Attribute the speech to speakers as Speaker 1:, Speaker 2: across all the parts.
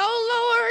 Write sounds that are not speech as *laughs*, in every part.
Speaker 1: oh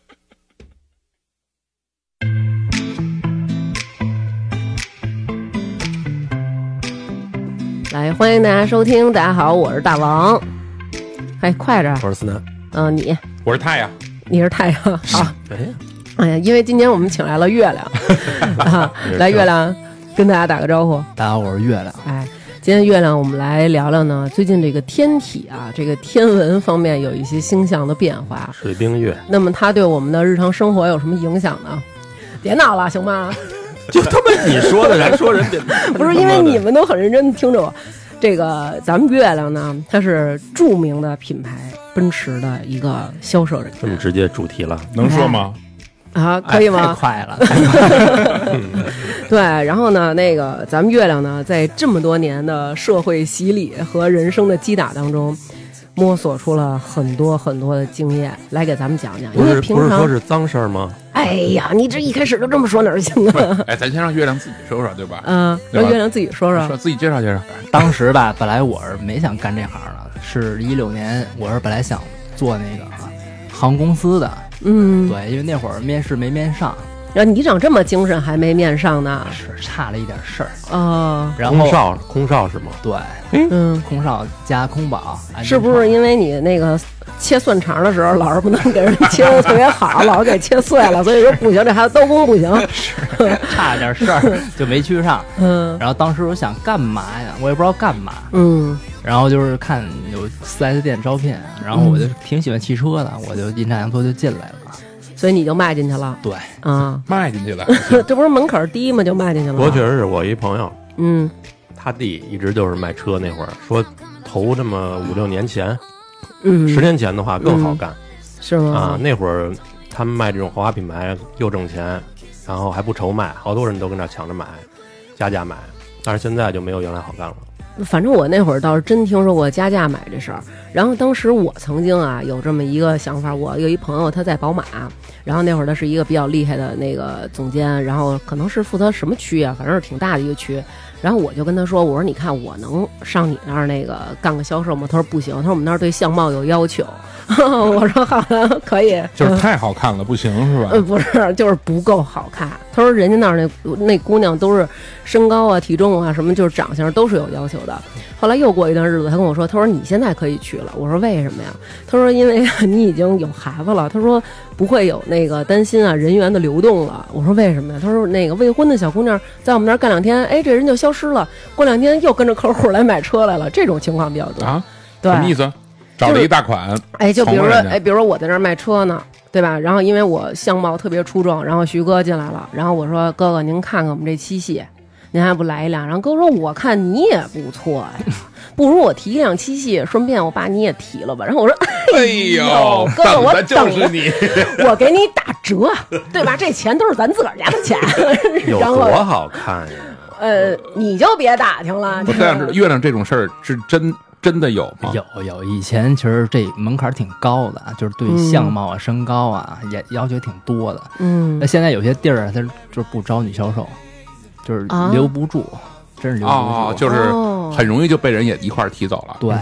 Speaker 2: 来，欢迎大家收听，大家好，我是大王。哎，快点儿，
Speaker 3: 我是思南。
Speaker 2: 嗯、你
Speaker 4: 我是太阳，
Speaker 2: 你是太阳啊？
Speaker 3: 哎呀，
Speaker 2: 哎呀，因为今天我们请来了月亮啊，来月亮跟大家打个招呼。
Speaker 3: 大家好，我是月亮。
Speaker 2: 哎，今天月亮，我们来聊聊呢，最近这个天体啊，这个天文方面有一些星象的变化。
Speaker 3: 水冰月，
Speaker 2: 那么它对我们的日常生活有什么影响呢？别闹了，
Speaker 3: *laughs*
Speaker 2: 行吗？
Speaker 3: *laughs* 就他妈你说的，咱说人 *laughs* 别
Speaker 2: 不是因为你们都很认真地听着我。这个咱们月亮呢，它是著名的品牌奔驰的一个销售人
Speaker 3: 这么直接主题了，
Speaker 4: 能说吗？
Speaker 2: 啊，
Speaker 3: 哎
Speaker 2: 可以吗？
Speaker 3: *laughs*
Speaker 5: 快了，
Speaker 2: *laughs* 对，然后呢，那个咱们月亮呢，在这么多年的社会洗礼和人生的击打当中，摸索出了很多很多的经验来给咱们讲讲。因
Speaker 3: 不
Speaker 2: 为
Speaker 3: 是
Speaker 2: 平
Speaker 3: 不是说
Speaker 2: 常，
Speaker 3: 是脏事儿吗？
Speaker 2: 哎呀，你这一开始就这么说哪儿行啊？
Speaker 4: *laughs* 哎，咱先让月亮自己说说，对吧？
Speaker 2: *laughs* 嗯，
Speaker 4: 对
Speaker 2: 让
Speaker 4: 吧
Speaker 2: 月亮自己说说
Speaker 4: 说。自己介绍介绍。
Speaker 5: 当时吧，本来我是没想干这行的，是一六年，我是本来想做那个航空公司的，
Speaker 2: 嗯，
Speaker 5: 对，因为那会儿面试没面上，
Speaker 2: 然后你长这么精神还没面上呢？
Speaker 5: 是差了一点事儿，
Speaker 2: 哦，
Speaker 5: 然
Speaker 3: 空
Speaker 5: 后
Speaker 3: 少，空少是吗？
Speaker 5: 对，
Speaker 2: 嗯。
Speaker 5: 空少加空保，啊安全
Speaker 2: 是不
Speaker 5: 套
Speaker 2: 是因为你那个切蒜肠的时候，老是不能给人切的特别好，老是给切碎 *laughs* 了，所以说不行，这孩子刀工不行。
Speaker 5: *laughs* 差点
Speaker 2: *laughs*
Speaker 5: 事儿就没去上？
Speaker 2: 嗯
Speaker 5: 然后当时我想干嘛呀？我也不知道干嘛，
Speaker 2: 嗯
Speaker 5: 然后就是看有四 S 店招聘，然后我就挺喜欢汽车的，我就阴差阳错就进来了，
Speaker 2: 所以你就迈进去了 *laughs*
Speaker 5: 对，
Speaker 2: 啊？
Speaker 4: 卖进去了，
Speaker 2: 这不是门槛低吗？就迈进去了吗。
Speaker 3: 我确实是我一朋友，
Speaker 2: 嗯
Speaker 3: 他弟一直就是卖车那会儿，说头这么五六年前，
Speaker 2: 嗯，
Speaker 3: 十年前的话更好干
Speaker 2: 是
Speaker 3: 啊
Speaker 2: 吗。？
Speaker 3: 那会儿他们卖这种豪华品牌又挣钱，然后还不愁卖，好多人都跟那抢着买，加价买。但是现在就没有原来好干了。
Speaker 2: 反正我那会儿倒是真听说过加价买这事儿。然后当时我曾经啊有这么一个想法，我有一朋友他在宝马，然后那会儿他是一个比较厉害的那个总监，然后可能是负责什么区啊，反正是挺大的一个区。然后我就跟他说：“我说你看，我能上你那儿那个干个销售吗？”他说：“不行。”他说：“我们那儿对相貌有要求。” *laughs* 我说：“好的，可以。”
Speaker 4: 就是太好看了，不行是
Speaker 2: 呃，
Speaker 4: 吧？
Speaker 2: 不是， *laughs* 就是不够好看。他说人家那儿那那姑娘都是身高啊、体重啊什么，就是长相都是有要求的。后来又过一段日子，他跟我说，他说你现在可以去了。我说为什么呀？他说因为 *laughs* 你已经有孩子了。他说不会有那个担心啊人员的流动了。我说为什么呀？他说那个未婚的小姑娘在我们那儿干两天，哎，这人就消失了，过两天又跟着客户来买车来了，这种情况比较多。
Speaker 4: 啊，
Speaker 2: 对，
Speaker 4: 什么意思？找了一大款，
Speaker 2: 哎，就比如
Speaker 4: 从
Speaker 2: 说，
Speaker 4: 人家
Speaker 2: 哎，比如说我在这儿卖车呢，对吧？然后因为我相貌特别出众，然后徐哥进来了，然后我说：“哥哥，您看看我们这七系，您还不来一辆？”然后哥说：“我看你也不错呀， *laughs* 不如我提一辆七系，顺便我把你也提了吧。”然后我说：“
Speaker 4: 哎
Speaker 2: 呦
Speaker 4: *laughs* 呦，
Speaker 2: 哥
Speaker 4: 等
Speaker 2: 我
Speaker 4: 的
Speaker 2: 等
Speaker 4: 就是你， *laughs*
Speaker 2: 哎我给你打折，对吧？这钱都是咱自个儿家的钱。
Speaker 3: *laughs* 有”
Speaker 2: 然后
Speaker 3: 多好看呀！
Speaker 2: 呃，你就别打听了。
Speaker 4: 不但是月亮这种事儿是真真的有
Speaker 2: 啊
Speaker 4: 吗？
Speaker 5: 有有，以前其实这门槛儿挺高的，啊，就是对相貌啊、身高啊也要求挺多的。
Speaker 2: 嗯
Speaker 5: 那，现在有些地儿啊它就是不招女销售，就是
Speaker 2: 啊
Speaker 5: 留不住，真是留不住。
Speaker 4: 哦，就是
Speaker 2: 哦
Speaker 4: 很容易就被人也一块儿提走了。 *laughs*
Speaker 5: 对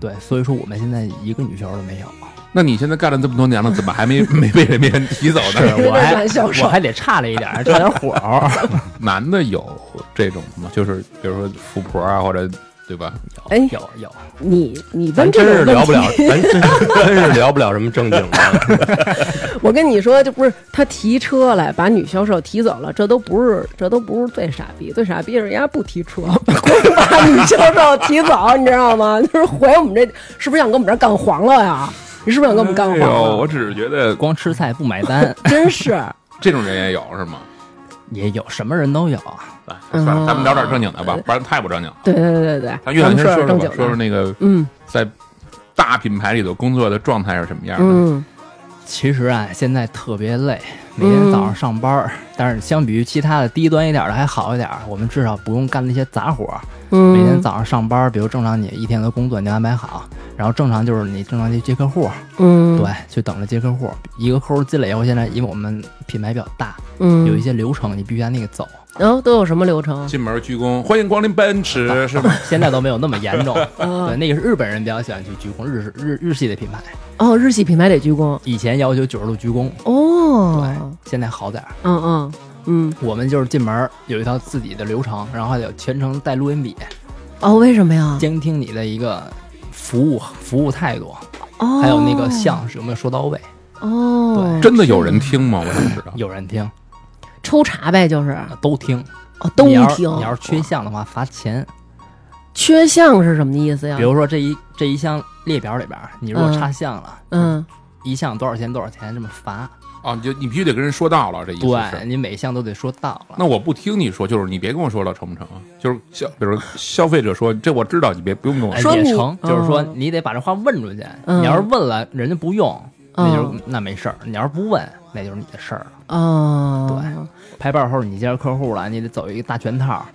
Speaker 5: 对，所以说我们现在一个女销售都
Speaker 2: *laughs*
Speaker 5: 没有。
Speaker 4: 那你现在干了这么多年了，怎么还没没被人别人提走
Speaker 5: 是
Speaker 4: 呢？
Speaker 5: 我还
Speaker 2: 男销售
Speaker 5: 我还得差了一点儿，差点
Speaker 2: *laughs*
Speaker 5: 火候。
Speaker 4: *laughs* 男的有这种吗？就是比如说富婆啊，或者对吧？
Speaker 2: 哎
Speaker 5: 有有，
Speaker 2: 你你问
Speaker 3: 咱真
Speaker 2: 这
Speaker 3: 是
Speaker 2: 种问
Speaker 3: 聊
Speaker 2: 题
Speaker 3: 不了，咱真
Speaker 2: *laughs*
Speaker 3: 真是聊不了什么正经的。
Speaker 2: 我跟你说，这不是他提车来把女销售提走了，这都不是，这都不是最傻逼，最傻逼是人家不提车， *laughs* 光把女销售提走，你知道吗？就是回我们这，是不是想跟我们这儿干黄了呀？你是不是想跟我们干黄
Speaker 4: 哎呦，
Speaker 2: 了？
Speaker 4: 我只是觉得
Speaker 5: 光吃菜不买单 *laughs*
Speaker 2: 真是，
Speaker 4: 这种人也有是吗？
Speaker 5: 也有，什么人都有。啊
Speaker 4: 来，
Speaker 2: 嗯
Speaker 4: 算了，咱们聊点正经的吧，不然太不正经了。
Speaker 2: 对对对对对，
Speaker 4: 咱月亮
Speaker 2: 哎咱们
Speaker 4: 先
Speaker 2: 说
Speaker 4: 说
Speaker 2: 正经
Speaker 4: 说吧，
Speaker 2: 的，
Speaker 4: 说说那个
Speaker 2: 嗯
Speaker 4: 在大品牌里头工作的状态是什么样的？
Speaker 2: 嗯，
Speaker 5: 其实啊，现在特别累，每天早上上班儿，
Speaker 2: 嗯
Speaker 5: 但是相比于其他的低端一点的还好一点儿，我们至少不用干那些杂活儿。
Speaker 2: 嗯，
Speaker 5: 每天早上上班儿，比如正常你一天的工作你就安排好，然后正常就是你正常去接客户，
Speaker 2: 嗯，
Speaker 5: 对，去等着接客户。一个客户积累以后，现在因为我们品牌比较大，
Speaker 2: 嗯，
Speaker 5: 有一些流程你必须按那个走，
Speaker 2: 然后哦都有什么流程？
Speaker 4: 进门鞠躬，欢迎光临
Speaker 2: *laughs*
Speaker 4: 奔驰，是吧？
Speaker 5: 现在都没有那么严重。
Speaker 2: 啊
Speaker 5: 对，那个是日本人比较喜欢去鞠躬，日式日日系的品牌，
Speaker 2: 哦，日系品牌得鞠躬
Speaker 5: 以前要求九十度鞠躬，
Speaker 2: 哦，
Speaker 5: 对，现在好点儿。
Speaker 2: 嗯嗯嗯，
Speaker 5: 我们就是进门儿有一套自己的流程，然后还有全程带录音笔，
Speaker 2: 哦，为什么呀？
Speaker 5: 监听你的一个服务服务态度，
Speaker 2: 哦，
Speaker 5: 还有那个像是有没有说到位，
Speaker 2: 哦，
Speaker 4: 真的有人听吗？我想知道。
Speaker 5: 有人听
Speaker 2: 抽查呗，就是
Speaker 5: 啊都听，
Speaker 2: 哦，都
Speaker 5: 你要是
Speaker 2: 听。
Speaker 5: 你要是缺项的话罚钱，
Speaker 2: 缺项是什么意思呀
Speaker 5: 比？如说这一这一项列表里边儿，你如果
Speaker 2: 嗯
Speaker 5: 差项了，
Speaker 2: 嗯，
Speaker 5: 一项多少钱多少钱这么罚，
Speaker 4: 啊，你就你必须得跟人说到了，这意思
Speaker 5: 对
Speaker 4: 是。
Speaker 5: 你每项都得说到了。
Speaker 4: 那我不听你说，就是你别跟我说了，成不成啊？就是消，比如消费者说这我知道，你别不用跟我
Speaker 5: 哎
Speaker 4: 说。
Speaker 2: 说
Speaker 5: 也
Speaker 2: 你
Speaker 5: 成，就是说
Speaker 2: 嗯
Speaker 5: 你得把这话问出去。
Speaker 2: 嗯
Speaker 5: 你要是问了，人家不用，那就
Speaker 2: 嗯
Speaker 5: 是那没事儿；你要是不问，那就是你的事儿了。
Speaker 2: 哦，
Speaker 5: 拍伴后，你接着客户了，你得走一个大全套，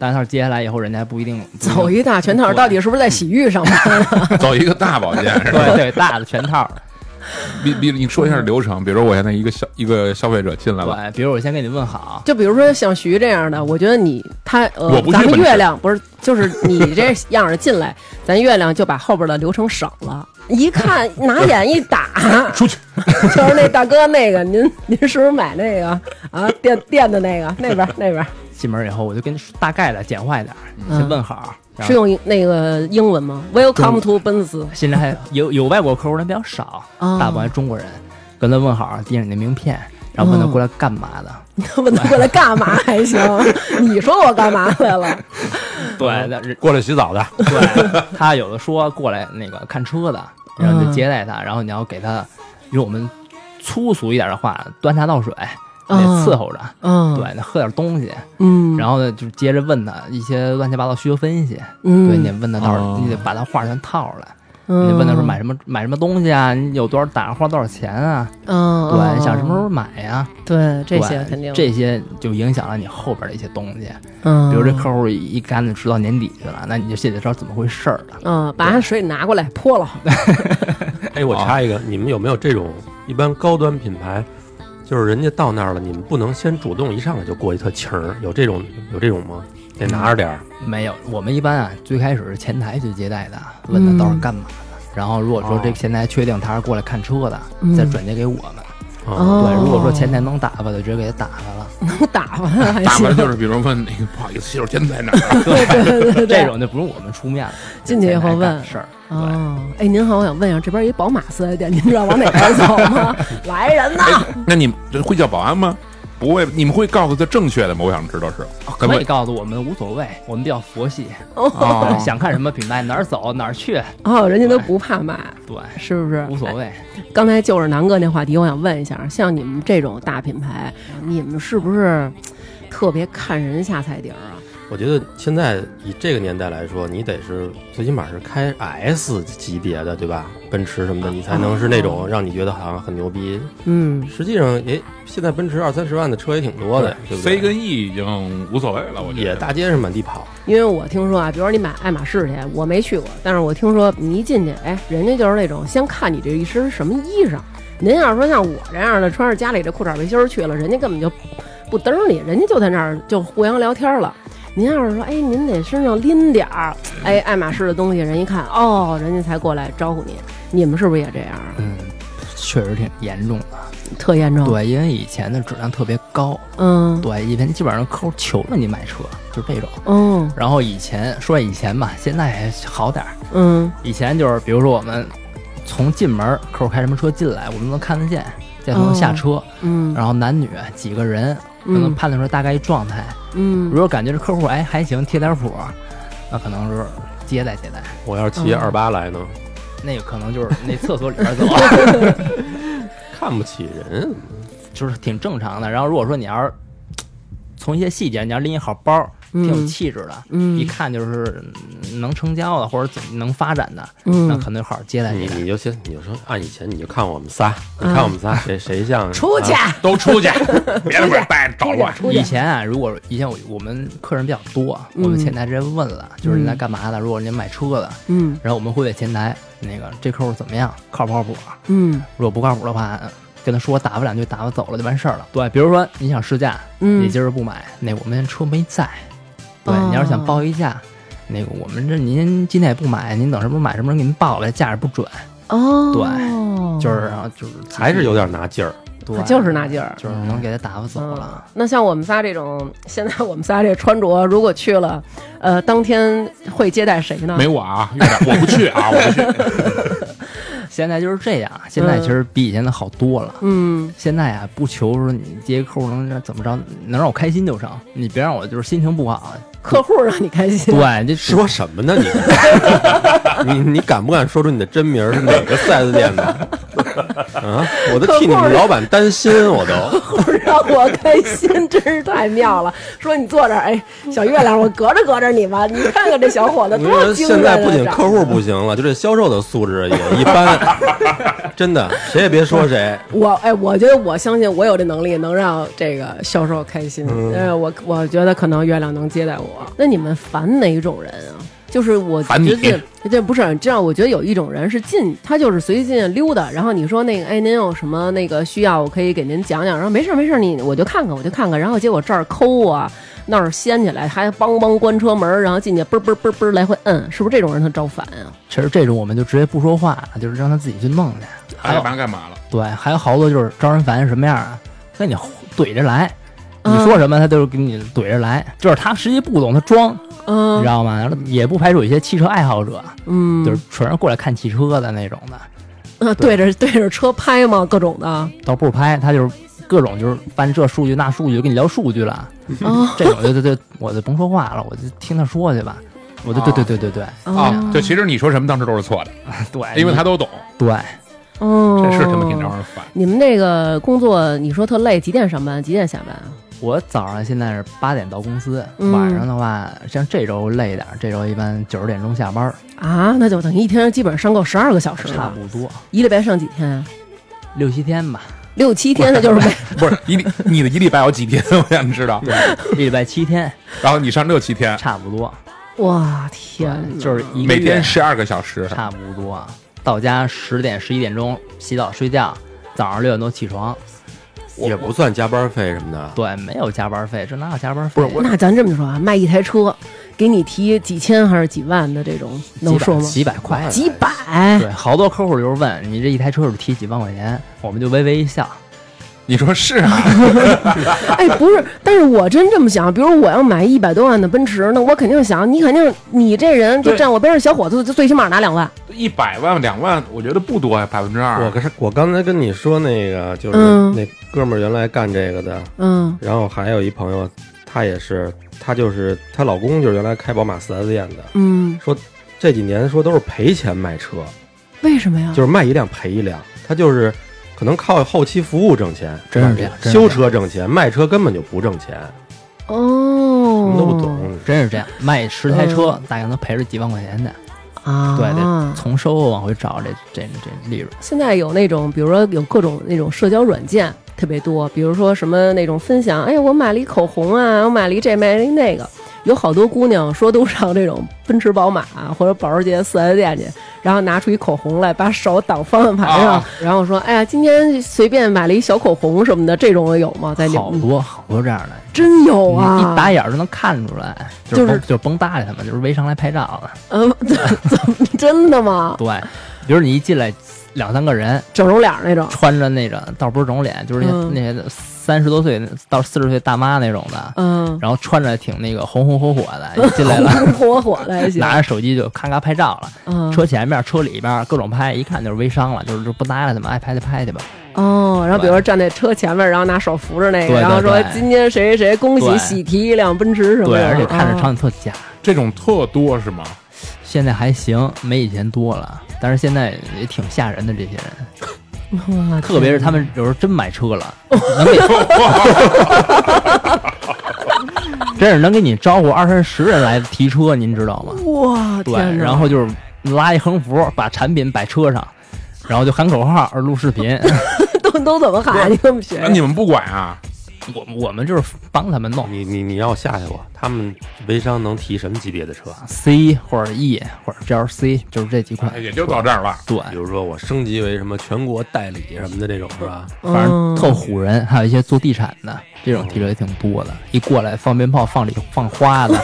Speaker 5: 大全套接下来以后，人家还不一定
Speaker 2: *laughs* 走一大全套，
Speaker 5: 对
Speaker 2: 到底是不是在洗浴上班？
Speaker 4: 走一个大保健是吧？
Speaker 5: 对对大的
Speaker 2: *laughs*
Speaker 5: 全套。
Speaker 4: *laughs* 比比，你说一下流程，比如说我现在一个消一个消费者进来了，
Speaker 5: 对，比如我先跟你问好，
Speaker 2: 就比如说像徐这样的，我觉得你他呃
Speaker 4: 我，不去
Speaker 2: 咱们
Speaker 4: 本市
Speaker 2: 月亮不是就是你这样儿进来，咱月亮就把后边的流程省了。一
Speaker 5: *laughs*
Speaker 2: 看拿眼一打，出去，就是那大哥那个，您您是不是买那个啊电电的那个那边儿那边儿
Speaker 5: 进门以后，我就跟你说大概的简化一点儿，
Speaker 2: 嗯
Speaker 5: 先问好。然
Speaker 2: 是
Speaker 5: 后
Speaker 2: 用英那个英文吗？Welcome to 奔驰
Speaker 5: 现在还有有外国客户，但比较少，
Speaker 2: 哦
Speaker 5: 大部分还中国人。跟他问好，递上你的名片，然后
Speaker 2: 哦
Speaker 5: 问他过来干嘛的。
Speaker 2: 他们过来干
Speaker 5: *laughs*
Speaker 2: 嘛还行？你说我干嘛来了？
Speaker 5: 对，那人
Speaker 3: 过来洗澡的，
Speaker 5: 对，他有的说过来那个看车的，然
Speaker 2: 嗯
Speaker 5: 后就接待他，然后你要给他用我们粗俗一点的话，端茶倒水，得
Speaker 2: 嗯
Speaker 5: 伺候着。
Speaker 2: 嗯，
Speaker 5: 对，那喝点东西，
Speaker 2: 嗯，
Speaker 5: 然后呢，就接着问他一些乱七八糟需求分析。
Speaker 2: 嗯，
Speaker 5: 对，你得问他到时候，
Speaker 4: 哦
Speaker 5: 你得把他话全套出来。
Speaker 2: 嗯，
Speaker 5: 你得问他说买什么买什么东西啊？你有多少打花多少钱啊？
Speaker 2: 嗯，
Speaker 5: 对，
Speaker 2: 嗯
Speaker 5: 你想什么时候买呀？
Speaker 2: 对这些
Speaker 5: 对
Speaker 2: 肯定
Speaker 5: 这些就影响了你后边的一些东西。
Speaker 2: 嗯，
Speaker 5: 比如这客户一竿子直到年底去了，那你就现在知道怎么回事儿了。
Speaker 2: 嗯，把水拿过来泼了。
Speaker 3: 哎，我插一个，你们有没有这种一般高端品牌，就是人家到那儿了，你们不能先主动一上来就过去特情儿，有这种有这种吗？得拿着点儿，
Speaker 5: 没有，我们一般啊，最开始是前台去接待的，问他
Speaker 2: 嗯
Speaker 5: 到时候干嘛的。然后如果说这个前台确定他是过来看车的，
Speaker 2: 嗯
Speaker 5: 再转接给我们。
Speaker 3: 啊
Speaker 2: 哦
Speaker 5: 对，如果说前台能打发的，直接给他打发了。
Speaker 2: 能打
Speaker 5: *laughs*
Speaker 2: 发他还
Speaker 4: 大
Speaker 2: 行
Speaker 4: 门，就是比如问那个不好意思，洗手间在哪儿？
Speaker 2: 对对对对，对
Speaker 5: 这种就不用我们出面了，
Speaker 2: 进去以后
Speaker 5: 前台干
Speaker 2: 问
Speaker 5: 事儿。
Speaker 2: 哦，哎，您好，我想问一下，这边有一宝马四 S 店，您知道往哪边走吗？来人呐！
Speaker 5: *laughs*
Speaker 4: 那你们这会叫保安吗？不会，你们会告诉他正确的吗？我想知道是。咱
Speaker 5: 可以
Speaker 4: 们
Speaker 5: 告诉我们无所谓，我们比较佛系，
Speaker 4: 啊，
Speaker 5: *laughs* 想看什么品牌哪儿走哪儿去，
Speaker 2: 哦，人家都不怕骂，
Speaker 5: 对，
Speaker 2: 是不是？
Speaker 5: 无所谓。
Speaker 2: 刚才就是南哥那话题，我想问一下，像你们这种大品牌，你们是不是特别看人下菜碟儿啊？
Speaker 3: 我觉得现在以这个年代来说，你得是最起码是开 S 级别的，对吧？奔驰什么的，你才能是那种让你觉得好像很牛逼。
Speaker 2: 哦嗯，
Speaker 3: 实际上，也现在奔驰二三十万的车也挺多的，对不
Speaker 4: C
Speaker 3: 对？
Speaker 4: 跟 E 已经无所谓了，我觉得
Speaker 3: 也大街上满地跑，
Speaker 2: 因为我听说啊，比如说你买爱马仕去，我没去过，但是我听说你一进去，哎，人家就是那种先看你这一身什么衣裳。您要是说像我这样的，穿着家里这裤衩背心儿去了，人家根本就不嘚儿你，人家就在那儿就互相聊天了。您要是说，哎，您得身上拎点儿，哎，爱马仕的东西，人一看，哦，人家才过来招呼你。你们是不是也这样啊？
Speaker 5: 嗯，确实挺严重的。
Speaker 2: 特严重？，
Speaker 5: 对，因为以前的质量特别高，
Speaker 2: 嗯，
Speaker 5: 对，以前基本上客户求着你买车，就这种。
Speaker 2: 嗯
Speaker 5: 然后以前说以前吧，现在还好点儿。
Speaker 2: 嗯
Speaker 5: 以前就是比如说我们从进门儿客户开什么车进来，我们能看得见，再
Speaker 2: 哦
Speaker 5: 从下车，
Speaker 2: 嗯
Speaker 5: 然后男女几个人就能
Speaker 2: 嗯
Speaker 5: 判断出大概一状态。
Speaker 2: 嗯
Speaker 5: 如果感觉这客户哎还行，贴点谱，那可能是接待接待，
Speaker 3: 我要是骑
Speaker 2: 嗯
Speaker 3: 二八来呢，
Speaker 5: 那个可能就是那厕所里边 *laughs* 走，啊
Speaker 3: 看不起人。
Speaker 5: 就是挺正常的。然后如果说你要是从一些细节，你要拎一好包，挺有
Speaker 2: 嗯
Speaker 5: 气质的，
Speaker 2: 嗯
Speaker 5: 一看就是嗯能成交的或者怎么能发展的，
Speaker 2: 嗯
Speaker 5: 那可能就好好接待
Speaker 3: 你
Speaker 5: 接待。
Speaker 3: 你就先你就说按以前你就看我们仨，你看我们仨谁谁像
Speaker 2: 嗯出去，
Speaker 3: 啊
Speaker 4: 都出去，别在这儿待着捣乱。
Speaker 2: 出去
Speaker 5: 以，前啊，如果以前我我们客人比较多，啊我们前台直接问了，就是您在干嘛的？如果您卖车的，
Speaker 2: 嗯
Speaker 5: 然后我们会在前台那个这客户怎么样，靠不靠谱？啊
Speaker 2: 嗯
Speaker 5: 如果不靠谱的话，跟他说打发两句，打发走了就完事儿了。对，比如说你想试驾，
Speaker 2: 嗯
Speaker 5: 你今儿不买，那我们车没在。对，
Speaker 2: 哦
Speaker 5: 你要是想报一价，那个我们这您今天也不买，您等什么时候买什么时候给您报了，价也不准，
Speaker 2: 哦，
Speaker 5: 对嗯就是然后就是
Speaker 3: 还是有点拿劲儿。
Speaker 5: 对
Speaker 2: 啊，就是那劲儿
Speaker 5: 就是能给他打发走
Speaker 2: 嗯
Speaker 5: 了。，
Speaker 2: 那像我们仨这种，现在我们仨这穿着，如果去了，呃，当天会接待谁呢？
Speaker 4: 没我啊，有点我不去啊，我不去。
Speaker 5: 现在就是这样，啊现在其实比以前的好多了。
Speaker 2: 嗯
Speaker 5: 现在啊，不求说你接客户能怎么着，能让我开心就成，你别让我就是心情不好。，啊
Speaker 2: 客户让你开心，
Speaker 5: 对，
Speaker 3: *laughs*
Speaker 5: 这
Speaker 3: 说什么呢 *laughs* 你？你你敢不敢说出你的真名儿是哪个四 S 店的？啊！我都替你们老板担心，我都。
Speaker 2: 客户 *laughs* 让我开心，真是太妙了。说你坐这儿，哎，小月亮，我隔着隔着你吧，你看看这小伙子
Speaker 3: 你说
Speaker 2: 多精
Speaker 3: 现
Speaker 2: 神
Speaker 3: 在
Speaker 2: 啊！
Speaker 3: 不仅
Speaker 2: 长
Speaker 3: 客户不行了，就这销售的素质也一般，
Speaker 2: *laughs*
Speaker 3: 真的，谁也别说谁。
Speaker 2: 我哎，我觉得我相信我有这能力，能让这个销售开心。
Speaker 4: 嗯
Speaker 2: 呃，我我觉得可能月亮能接待我。那你们烦哪种人啊？就是我
Speaker 4: 烦你
Speaker 2: 觉得这这不是这样，我觉得有一种人是进，他就是随随便便溜达，然后你说那个，哎，您有什么那个需要，我可以给您讲讲。然后没事儿没事儿，你我就看看我就看看，然后结果这儿抠啊，那儿掀起来，还梆梆关车门儿，然后进去嘣嘣嘣嘣来回摁，是不是这种人特招烦啊？ *laughs*
Speaker 5: 其实这种我们就直接不说话了，就是让他自己去弄去。还
Speaker 4: 还
Speaker 5: 有
Speaker 4: 哎干嘛干嘛了？
Speaker 5: 对，还有好多就是招人烦是什么样啊？跟你怼着来，
Speaker 2: 嗯
Speaker 5: 你说什么他就是给你怼着来，就是他实际不懂他装，你
Speaker 2: 嗯
Speaker 5: 知道吗？然后也不排除有些汽车爱好者，
Speaker 2: 嗯，
Speaker 5: 就是纯是过来看汽车的那种的，
Speaker 2: 呃对着对着车拍嘛，各种的。
Speaker 5: 倒不是拍，他就是各种就是翻这数据那数据，跟你聊数据了，
Speaker 2: 哦
Speaker 5: 这种就就就我就甭说话了，我就听他说去吧。我就对对对对对
Speaker 2: 哦
Speaker 4: 啊，就其实你说什么当时都是错的，
Speaker 5: 对，
Speaker 4: 因为他都懂，
Speaker 5: 对
Speaker 2: 哦，
Speaker 4: 这是他妈挺招人烦。
Speaker 2: 你们这个工作，你说特累，几点上班？几点下班啊？
Speaker 5: 我早上现在是八点到公司，
Speaker 2: 嗯
Speaker 5: 晚上的话，像这周累点儿，这周一般九十点钟下班儿，
Speaker 2: 啊，那就等于一天基本上上够十二个小时
Speaker 5: 差
Speaker 2: 了，
Speaker 5: 不多
Speaker 2: 一礼拜上几天啊？
Speaker 5: 六七天吧，
Speaker 2: 六七天，那就是每
Speaker 4: 不是一礼 *laughs* 你的一礼拜有几天？ *laughs* 我想知道。
Speaker 5: 一礼拜七天，
Speaker 4: 然后你上六七天，
Speaker 5: 差不多，
Speaker 2: *laughs* 哇 *laughs* 天哪，
Speaker 5: 就是一个
Speaker 4: 每
Speaker 5: 月
Speaker 4: 天十二个小时，
Speaker 5: 差不多啊。到家十点十一点钟洗澡睡觉，早上六点多起床。
Speaker 3: 也不算加班费什么的。
Speaker 5: 对，没有加班费，这哪有加班费？不
Speaker 2: 那咱这么说啊，卖一台车，给你提几千还是几万的这种，能说吗？
Speaker 5: 几百块。
Speaker 2: 几百
Speaker 5: 对，好多客户就是问你这一台车是不是提几万块钱，我们就微微一笑。
Speaker 4: 你说是啊？
Speaker 2: 哎，不是，但是我真这么想，比如我要买一百多万的奔驰，那我肯定想，你肯定你这人就
Speaker 4: 对
Speaker 2: 站我边上小伙子，就最起码拿两万，
Speaker 4: 一百万两万，我觉得不多呀，百分之
Speaker 3: 我
Speaker 4: 二。
Speaker 3: 可是我刚才跟你说那个，就是
Speaker 2: 嗯
Speaker 3: 那哥们儿原来干这个的，
Speaker 2: 嗯
Speaker 3: 然后还有一朋友，她也是，她就是她老公就是原来开宝马 4S 店的，
Speaker 2: 嗯，
Speaker 3: 这几年说都是赔钱卖车，
Speaker 2: 为什么呀？
Speaker 3: 就是卖一辆赔一辆，她就是可能靠后期服务挣钱，
Speaker 5: 真是这样真是这
Speaker 3: 修
Speaker 5: 样
Speaker 3: 车挣钱，卖车根本就不挣钱，什
Speaker 2: 哦，
Speaker 3: 么都不懂。
Speaker 5: 真是这样，卖十台车，大概能赔着几万块钱的。
Speaker 2: 嗯啊，
Speaker 5: 对，得从收入往回找这这这利润。
Speaker 2: 现在有那种，比如说有各种那种社交软件特别多，比如说什么那种分享，哎，我买了一口红啊，我买了一这买了一那个，有好多姑娘说都上这种奔驰、宝马、啊或者保时捷四 S 店去，然后拿出一口红来，把手挡方向盘上，
Speaker 4: 啊
Speaker 2: 然后说，哎呀，今天随便买了一小口红什么的，这种有吗？在你
Speaker 5: 好
Speaker 2: 们
Speaker 5: 多好多这样的，
Speaker 2: 真有啊！
Speaker 5: 你一打眼儿就能看出来，
Speaker 2: 就
Speaker 5: 就是是甭就甭搭理他们，就是围上来拍照的。
Speaker 2: 嗯，怎么真的吗？
Speaker 5: 对，比如你一进来两三个人，
Speaker 2: 整容脸那种， *laughs*
Speaker 5: 穿着那个倒不是肿脸，就是那、
Speaker 2: 嗯
Speaker 5: 那些三十多岁到四十岁大妈那种的，
Speaker 2: 嗯，。
Speaker 5: 然后穿着挺那个红红火火的，一进来了
Speaker 2: 红火火的还行，
Speaker 5: 拿着手机就咔咔拍照了，
Speaker 2: 嗯
Speaker 5: 车前面、车里边各种拍，一看就是微商了，就是不搭理他们，爱拍就拍去吧。
Speaker 2: 哦，然后比如说
Speaker 5: 对
Speaker 2: 站在车前面，然后拿手扶着那个，
Speaker 5: 对对
Speaker 2: 然后说
Speaker 5: 对
Speaker 2: 今天谁谁谁恭喜
Speaker 5: 对
Speaker 2: 喜提一辆奔驰什么
Speaker 5: 对，
Speaker 2: 的，
Speaker 5: 而且看着
Speaker 2: 哦
Speaker 5: 场景特假，
Speaker 4: 这种特多是吗？
Speaker 5: 现在还行，没以前多了，但是现在也挺吓人的这些人，
Speaker 2: 哇
Speaker 5: 特别是他们有时候真买车了，能给真是能给你招呼二三十人来提车，您知道吗？
Speaker 2: 哇，
Speaker 5: 对，
Speaker 2: 哦天哪！
Speaker 5: 然后就是拉一横幅，把产品摆车上，然后就喊口号，录视
Speaker 2: *laughs*
Speaker 5: 频。
Speaker 2: *laughs* 都都怎么喊？你们学
Speaker 4: 啊你们不管啊？
Speaker 5: 我我们就是帮他们弄
Speaker 3: 你你你要吓吓我，他们微商能提什么级别的车？
Speaker 5: C 或者 E 或者 GLC，就是这几款。
Speaker 4: 哎也就到这儿了。
Speaker 5: 对，
Speaker 3: 比如说我升级为什么全国代理什么的这种是吧？
Speaker 5: 反
Speaker 2: 嗯
Speaker 5: 正特唬人，还有一些做地产的这种提车也挺多的，一过来放鞭炮、放礼、放
Speaker 2: *laughs*
Speaker 5: 花的，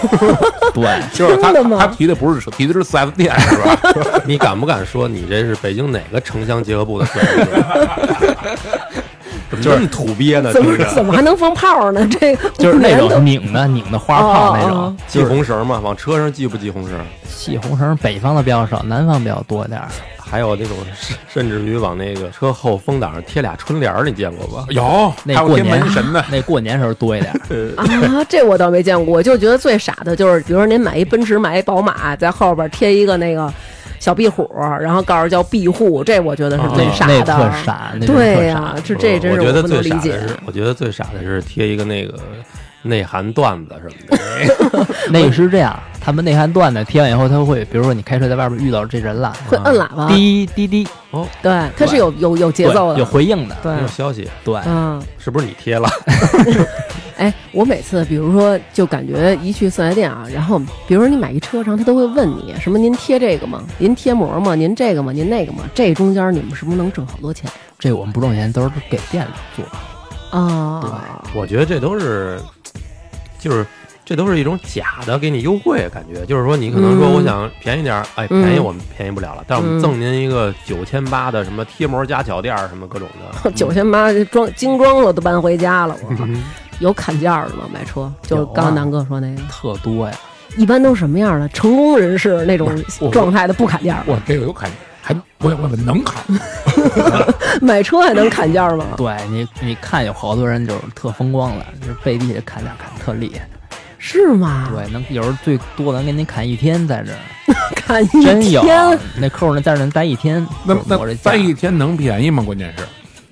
Speaker 5: 对，
Speaker 4: 就是他
Speaker 2: 真的吗
Speaker 4: 他提的不是车，提的是四 S 店是
Speaker 2: *laughs*
Speaker 4: 吧？
Speaker 3: *laughs* 你敢不敢说你这是北京哪个城乡结合部的设计师？
Speaker 2: *laughs*
Speaker 3: 怎么这么土鳖呢？
Speaker 2: 怎么
Speaker 3: 听着
Speaker 2: 怎么还能放炮呢？ *laughs* 这
Speaker 5: *laughs* 就是那种拧的、拧的花炮那
Speaker 2: 哦哦
Speaker 5: 种，
Speaker 3: 系红绳嘛，往车上系不系红绳？
Speaker 5: 系红绳，北方的比较少，南方比较多点儿。
Speaker 3: 还有那种甚甚至于往那个车后风挡上贴俩春联儿，你见过吧？
Speaker 4: 有，还
Speaker 5: 那
Speaker 4: 有
Speaker 5: 过
Speaker 4: 天
Speaker 5: 年
Speaker 4: 门神呢。
Speaker 5: 那过年时候多一
Speaker 4: *laughs*
Speaker 5: 点儿，
Speaker 2: *laughs* 啊，这我倒没见过。我就觉得最傻的就是，比如说您买一奔驰，买一宝马，在后边贴一个那个小壁虎，然后告诉叫壁虎，这我觉得是最
Speaker 5: 那
Speaker 2: 傻
Speaker 5: 哦那
Speaker 2: 的。
Speaker 5: 特傻，那是特
Speaker 2: 对
Speaker 5: 傻
Speaker 2: 呀、这这真
Speaker 3: 我
Speaker 2: 是
Speaker 3: 觉得
Speaker 2: 不
Speaker 3: 最
Speaker 2: 能理
Speaker 3: 傻
Speaker 2: 解
Speaker 3: 的。是，我觉得最傻的是贴一个那个内涵段子什么的。
Speaker 2: *laughs*
Speaker 5: 那个是这样，他们内涵段子贴完以后，他会，比如说你开车在外边遇到这人了，
Speaker 2: 会摁喇叭，
Speaker 5: 滴滴滴，
Speaker 2: 对，它是有有有节
Speaker 5: 对
Speaker 2: 奏
Speaker 5: 有
Speaker 2: 的，
Speaker 5: 回应的，
Speaker 2: 对
Speaker 3: 哦没有，消息，
Speaker 5: 对，
Speaker 2: 嗯。
Speaker 3: 是不是你贴了？
Speaker 2: 哎，我每次比如说就感觉一去四 S 店啊，然后比如说你买一车，然后他都会问你什么您贴这个吗？您贴膜吗？您这个吗？您那个吗？这中间你们是不是能挣好多钱
Speaker 5: 这我们不挣钱，都是给店里做。
Speaker 2: 啊？
Speaker 3: 我觉得这都是，就是这都是一种假的给你优惠感觉，就是说你可能说
Speaker 2: 嗯
Speaker 3: 我想便宜点儿，哎，
Speaker 2: 嗯
Speaker 3: 便宜我们便宜不了了，但是我
Speaker 2: 嗯，
Speaker 3: 们赠您一个九千八的什么贴膜加脚垫儿什么各种的
Speaker 2: *laughs*
Speaker 3: 嗯
Speaker 2: 九千八装精装了都搬回家了，我有砍价的吗？买车就是
Speaker 5: 有啊
Speaker 2: 刚刚南哥说那个，
Speaker 5: 特多呀！
Speaker 2: 一般都是什么样的？成功人士那种
Speaker 4: 我
Speaker 2: 状态的不砍价，
Speaker 4: 我这个有砍，还我我能 *laughs* 砍，
Speaker 2: 买车还能砍价吗？
Speaker 5: 对你，你看有好多人就是特风光了，就是背地里砍价砍特厉害。
Speaker 2: 是吗？
Speaker 5: 对，能有时候最多能给你砍一天在这儿，
Speaker 2: 砍一
Speaker 5: 真有啊
Speaker 2: 天，
Speaker 5: 那客户那在这儿能待一天。
Speaker 4: 那
Speaker 5: 就是我
Speaker 4: 那
Speaker 5: 这
Speaker 4: 待一
Speaker 5: 价，
Speaker 4: 天能便宜吗？关键是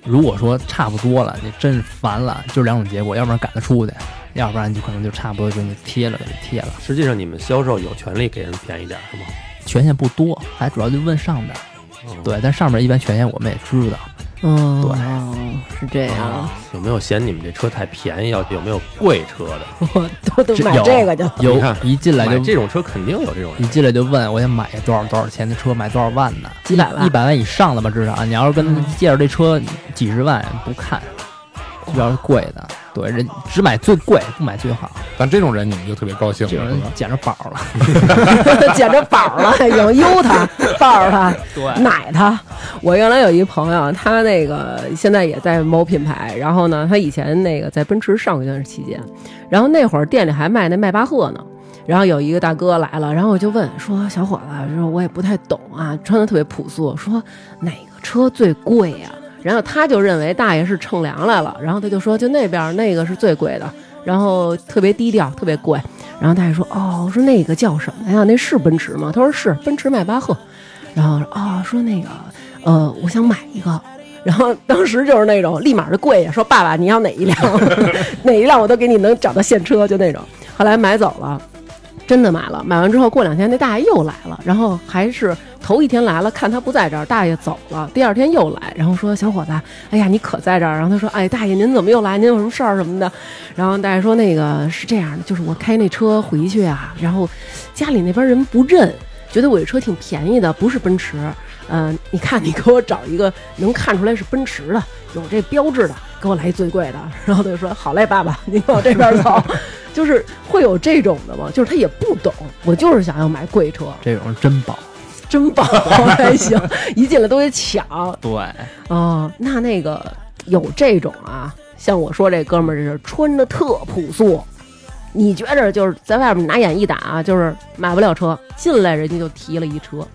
Speaker 5: 如果说差不多了，你真烦了，就两种结果，要不然赶他出去，要不然就可能就差不多就你贴了给贴了，
Speaker 3: 实际上你们销售有权利给人便宜点儿是吗？
Speaker 5: 权限不多，还主要就问上边儿。对，但上边儿一般权限我们也知道，
Speaker 2: 嗯，
Speaker 5: 对
Speaker 2: 对，是这样，
Speaker 3: 有没有嫌你们这车太便宜？要有没有贵车的？
Speaker 2: 我都都
Speaker 5: 这
Speaker 2: 买
Speaker 5: 有
Speaker 2: 这个去了。
Speaker 3: 你
Speaker 5: 有
Speaker 3: 看
Speaker 5: 一进来
Speaker 3: 买
Speaker 5: 就
Speaker 3: 这种车肯定有这种
Speaker 5: 一
Speaker 2: 嗯
Speaker 3: 人。
Speaker 5: 进来就问我想买多少多少钱的车，买多少万的，
Speaker 2: 几百万嗯
Speaker 5: 一百万以上的吧，至少。你要是跟他介绍这车几十万不看，要是贵的，对，人只买最贵，不买最好，
Speaker 4: 但这种人你们就特别高兴
Speaker 5: 这种
Speaker 4: 了，是
Speaker 5: 人
Speaker 4: 吧？
Speaker 5: 捡着宝了。
Speaker 2: *laughs* 捡着宝儿了，有悠他、抱着他、
Speaker 5: 对
Speaker 2: 奶他。我原来有一朋友，他那个现在也在某品牌，然后呢，他以前那个在奔驰上过一段期间，然后那会儿店里还卖那迈巴赫呢。然后有一个大哥来了，然后我就问说：“小伙子，说我也不太懂啊，穿的特别朴素，说哪个车最贵呀、然后他就认为大爷是乘凉来了，然后他就说就那边儿那个是最贵的，然后特别低调，特别贵。然后大爷说：“哦，我说那个叫什么呀？那是奔驰吗？”他说：“是，奔驰迈巴赫。”然后啊、哦，说那个呃，我想买一个。 *laughs* 然后当时就是那种立马就跪下说：“爸爸，你要哪一辆？ *laughs* 哪一辆我都给你能找到现车，就那种。”后来买走了。真的买了，买完之后过两天那大爷又来了，然后还是头一天来了，看他不在这儿，大爷走了，第二天又来，然后说小伙子，哎呀你可在这儿，然后他说哎大爷您怎么又来，您有什么事儿什么的，然后大爷说那个是这样的，就是我开那车回去啊，然后家里那边人不认，觉得我这车挺便宜的，不是奔驰，嗯、你看你给我找一个能看出来是奔驰的，有这标志的，给我来一最贵的。 *laughs* 然后他就说好嘞，爸爸，您往这边走。 *laughs* 就是会有这种的吗？就是他也不懂，我就是想要买贵车，
Speaker 5: 这种真宝。
Speaker 2: 真棒，还行，一进来都得抢，
Speaker 5: 对，
Speaker 2: 哦，那那个有这种啊，像我说这哥们儿，这是穿着特朴素。你觉着就是在外面拿眼一打、啊，就是买不了车，进来人家就提了一车，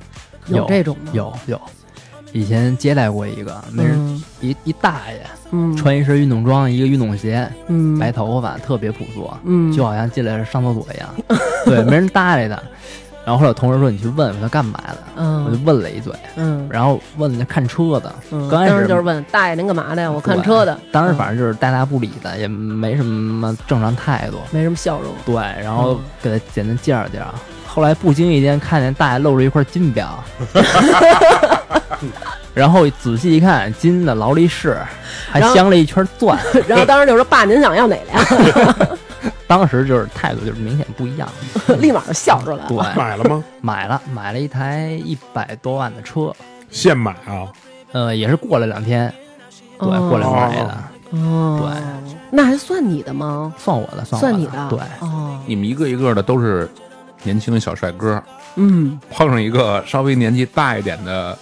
Speaker 5: 有
Speaker 2: 这种吗？
Speaker 5: 有有，以前接待过一个，没人、
Speaker 2: 嗯，
Speaker 5: 一一大爷
Speaker 2: 嗯，
Speaker 5: 穿一身运动装，一个运动鞋，
Speaker 2: 嗯
Speaker 5: 白头发，特别朴素。啊
Speaker 2: 嗯
Speaker 5: 就好像进来是上厕所一样，对，没人搭理他。然后后来有同事说你去问问他干嘛的，我就
Speaker 2: 嗯
Speaker 5: 问了一嘴，
Speaker 2: 嗯
Speaker 5: 然后问了看车的，
Speaker 2: 嗯，
Speaker 5: 刚开始
Speaker 2: 当时就是问大爷您干嘛的呀？我看车的，嗯
Speaker 5: 当时反正就是大大不理的，也没什么正常态度。
Speaker 2: 没什么笑容。
Speaker 5: 对，然
Speaker 2: 嗯
Speaker 5: 后给他简单介绍介绍。后来不经意间看见大爷露着一块金
Speaker 2: *laughs*
Speaker 5: 表，然后仔细一看，金的劳力士，还
Speaker 2: 然后
Speaker 5: 镶了一圈钻。
Speaker 2: *laughs* 然后当时就说：“爸，您想要哪
Speaker 4: *laughs*
Speaker 2: 辆
Speaker 5: 当时就是态度就是明显不一样。？”
Speaker 2: 立马就笑出来了。
Speaker 5: 对，
Speaker 4: *laughs*
Speaker 6: 买
Speaker 2: *laughs*
Speaker 6: 了吗？
Speaker 5: 买了买了一台一百多万的车，
Speaker 6: 现买啊？
Speaker 5: 呃，也是过了两天，对，
Speaker 2: 哦
Speaker 5: 过来买的，
Speaker 2: 哦，对，那还算你的吗？
Speaker 5: 算我的，
Speaker 2: 算
Speaker 5: 我
Speaker 2: 你的，
Speaker 5: 对，
Speaker 2: 哦，
Speaker 4: 你们一个一个的都是年轻的小帅哥，
Speaker 2: 嗯，
Speaker 4: 碰上一个稍微年纪大一点的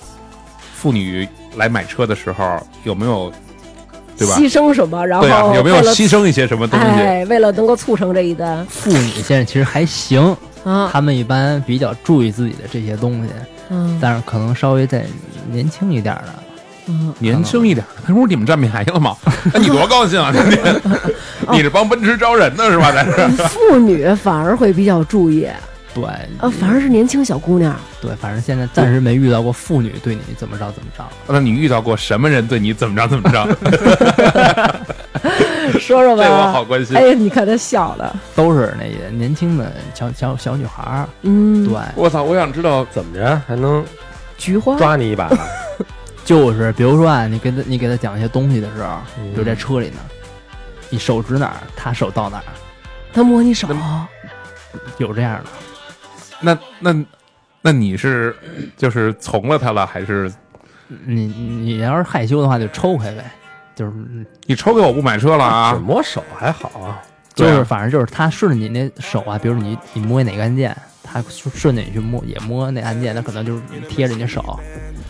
Speaker 4: 妇女来买车的时候，有没有对吧？
Speaker 2: 牺牲什么？然后
Speaker 4: 对啊，有没有
Speaker 2: 为了
Speaker 4: 牺牲一些什么东西？
Speaker 2: 哎，为了能够促成这一单
Speaker 5: 妇女现在其实还行，
Speaker 2: 啊，
Speaker 5: 他们一般比较注意自己的这些东西，
Speaker 2: 嗯
Speaker 5: 但是可能稍微再年轻一点儿的，
Speaker 2: 嗯，
Speaker 4: 年轻 *laughs* 一点儿，那不是你们占便宜了 *laughs* 吗？那你多高兴 *laughs* 啊！天天，你是帮奔驰招人呢是吧？咱 *laughs* 是
Speaker 2: 妇女反而会比较注意啊，
Speaker 5: 对，
Speaker 2: 反而是年轻小姑
Speaker 4: *laughs*
Speaker 2: 娘，
Speaker 5: 对，反正现在暂时没遇到过妇女对你怎么着怎么着。
Speaker 4: 那你遇到过什么人对你怎么着怎么 *laughs* 着？
Speaker 2: 说说
Speaker 4: 这我好
Speaker 2: 吧。
Speaker 4: 关心。
Speaker 2: 哎，你看她笑的，
Speaker 5: 都是那些年轻的小小小女孩儿，
Speaker 2: 嗯，
Speaker 5: 对，
Speaker 4: 我操！我想知道
Speaker 3: 哦怎么着还能
Speaker 2: 菊花，
Speaker 3: 抓你一把？
Speaker 2: 啊
Speaker 5: 就是比如说啊，你跟他你给他讲一些东西的时候，比如在车里呢，你手指哪儿，他手到哪儿，
Speaker 2: 她摸你手，
Speaker 5: 有这样的。
Speaker 4: 那那那你是就是从了他了，还是
Speaker 5: 你你要是害羞的话，就抽开呗，就是
Speaker 4: 你抽给我不买车了
Speaker 3: 只
Speaker 4: 啊？
Speaker 3: 摸手还好啊，
Speaker 5: 就
Speaker 4: 对啊
Speaker 5: 是反正就是他顺着你那手啊，比如你你摸哪个按键，他顺顺着你去摸也摸那按键，他可能就是贴着你的手，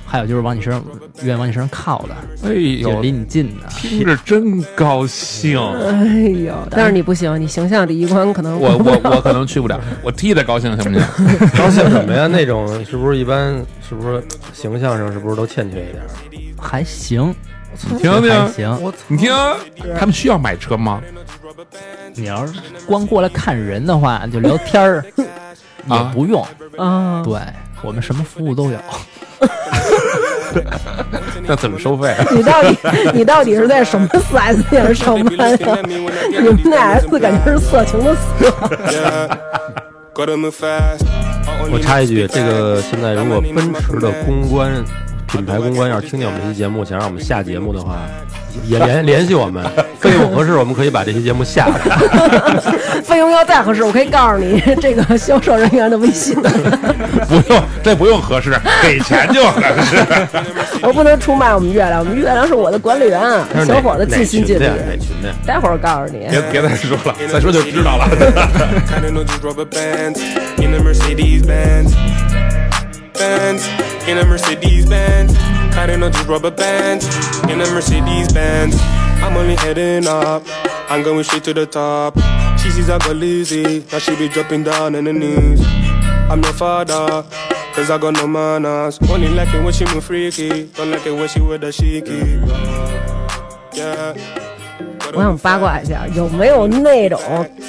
Speaker 5: 还有就是往你身上愿意往你身上靠的，
Speaker 4: 哎
Speaker 5: 就
Speaker 4: 呦
Speaker 5: 离，你近的。
Speaker 4: 听着真高兴。 *laughs*
Speaker 2: 哎呦，但是你不行，你形象第一关可能
Speaker 4: 我我我可能去不了，我替他高兴行不行？ *laughs*
Speaker 3: 高兴什么呀？那种是不是一般？是不是形象上是不是都欠缺一点儿？
Speaker 5: 还行，
Speaker 4: 你听
Speaker 5: 还
Speaker 4: 听，
Speaker 5: 行。
Speaker 4: 你听，啊 *laughs* 他们需要买车吗？
Speaker 5: 你要是光过来看人的话，就聊天儿也
Speaker 4: 啊
Speaker 5: 不用。
Speaker 2: 啊，
Speaker 5: 对我们什么服务都有，
Speaker 4: 那怎么收费？ *laughs*
Speaker 2: 你到底你到底是在什么四 S 店上班哎呀？你们那 S 感
Speaker 3: *laughs*
Speaker 2: 觉是色情的色，
Speaker 3: 我
Speaker 7: 我
Speaker 3: 插一句，这个现在如果奔驰的公关品牌公关要是听见我们这期节目，想让我们下节目的话，也
Speaker 2: *laughs*
Speaker 3: 联联系我们，费用合适，我们可以把这期节目下了。
Speaker 2: 费用要再合适，我可以告诉你这个销售人员的微信，
Speaker 4: 不用，这不用合适，给钱就合适。
Speaker 2: 我不能出卖我们月亮，我们月亮是我的管理员，啊
Speaker 3: 他是哪
Speaker 2: *laughs* 小伙子
Speaker 3: 哪
Speaker 2: 尽心
Speaker 3: 群
Speaker 2: 尽
Speaker 3: 的
Speaker 2: 力
Speaker 3: 呀，哪群的呀？
Speaker 2: 待会儿告诉你。
Speaker 4: 别 *laughs* 别再说了，再说就知道了。
Speaker 7: *laughs* Kinda know just rubber bands in a Mercedes Benz. Benz in a Mercedes Benz. Kinda know just rubber bands in a Mercedes Benz. I'm only heading up. I'm going straight to the top. She sees I got lazy. Now she be dropping down on the knees. I'm no father. Cause I got no manners. Only like it when she move freaky. Don't like it when she with the shaky. Yeah.
Speaker 2: 我想八卦一下，有没有那种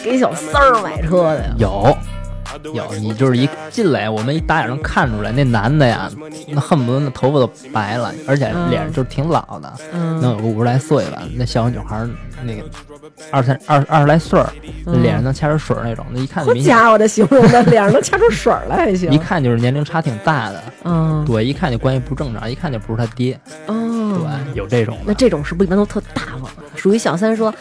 Speaker 2: 给小三儿买车的呀？
Speaker 5: 有有，你就是一进来，我们一嗯打眼能看出来，那男的呀，那恨不得那头发都白了，而且
Speaker 2: 嗯
Speaker 5: 脸上就是挺老的，能有个五十来岁吧。那小女孩儿那个二三二二十来岁儿，那脸上能掐出水儿那种，那一看
Speaker 2: 嗯
Speaker 5: 就
Speaker 2: 好
Speaker 5: 明显，
Speaker 2: 家伙的形容的，脸上能掐出水儿来还
Speaker 5: 一
Speaker 2: 行。
Speaker 5: 看就是年龄差挺大的。
Speaker 2: 嗯
Speaker 5: 对，一看就关系不正常，一看就不是他爹。对
Speaker 2: 哦，，
Speaker 5: 有这种
Speaker 2: 那
Speaker 5: 的，
Speaker 2: 这种是不是一般都特大方啊？属于小三说，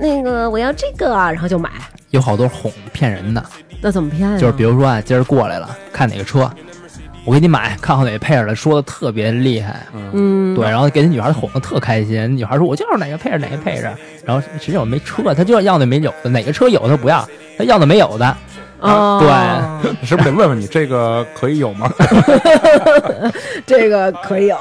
Speaker 2: 那个我要这个啊，然后就买，
Speaker 5: 有好多哄骗人的，
Speaker 2: 那怎么骗呀？
Speaker 5: 就是比如说啊，今儿过来了，看哪个车，我给你买，看好哪个配置了，说的特别厉害，
Speaker 2: 嗯，
Speaker 5: 对，然后给那女孩哄得特开心，女孩说我就要哪个配置哪个配置，然后实际上我没车，她就要要那没有的，哪个车有的不要，她要那没有的，
Speaker 2: 哦，
Speaker 5: 对 *laughs*
Speaker 4: 是不是得问问你这个可以有吗？
Speaker 2: *laughs* 这个可以有。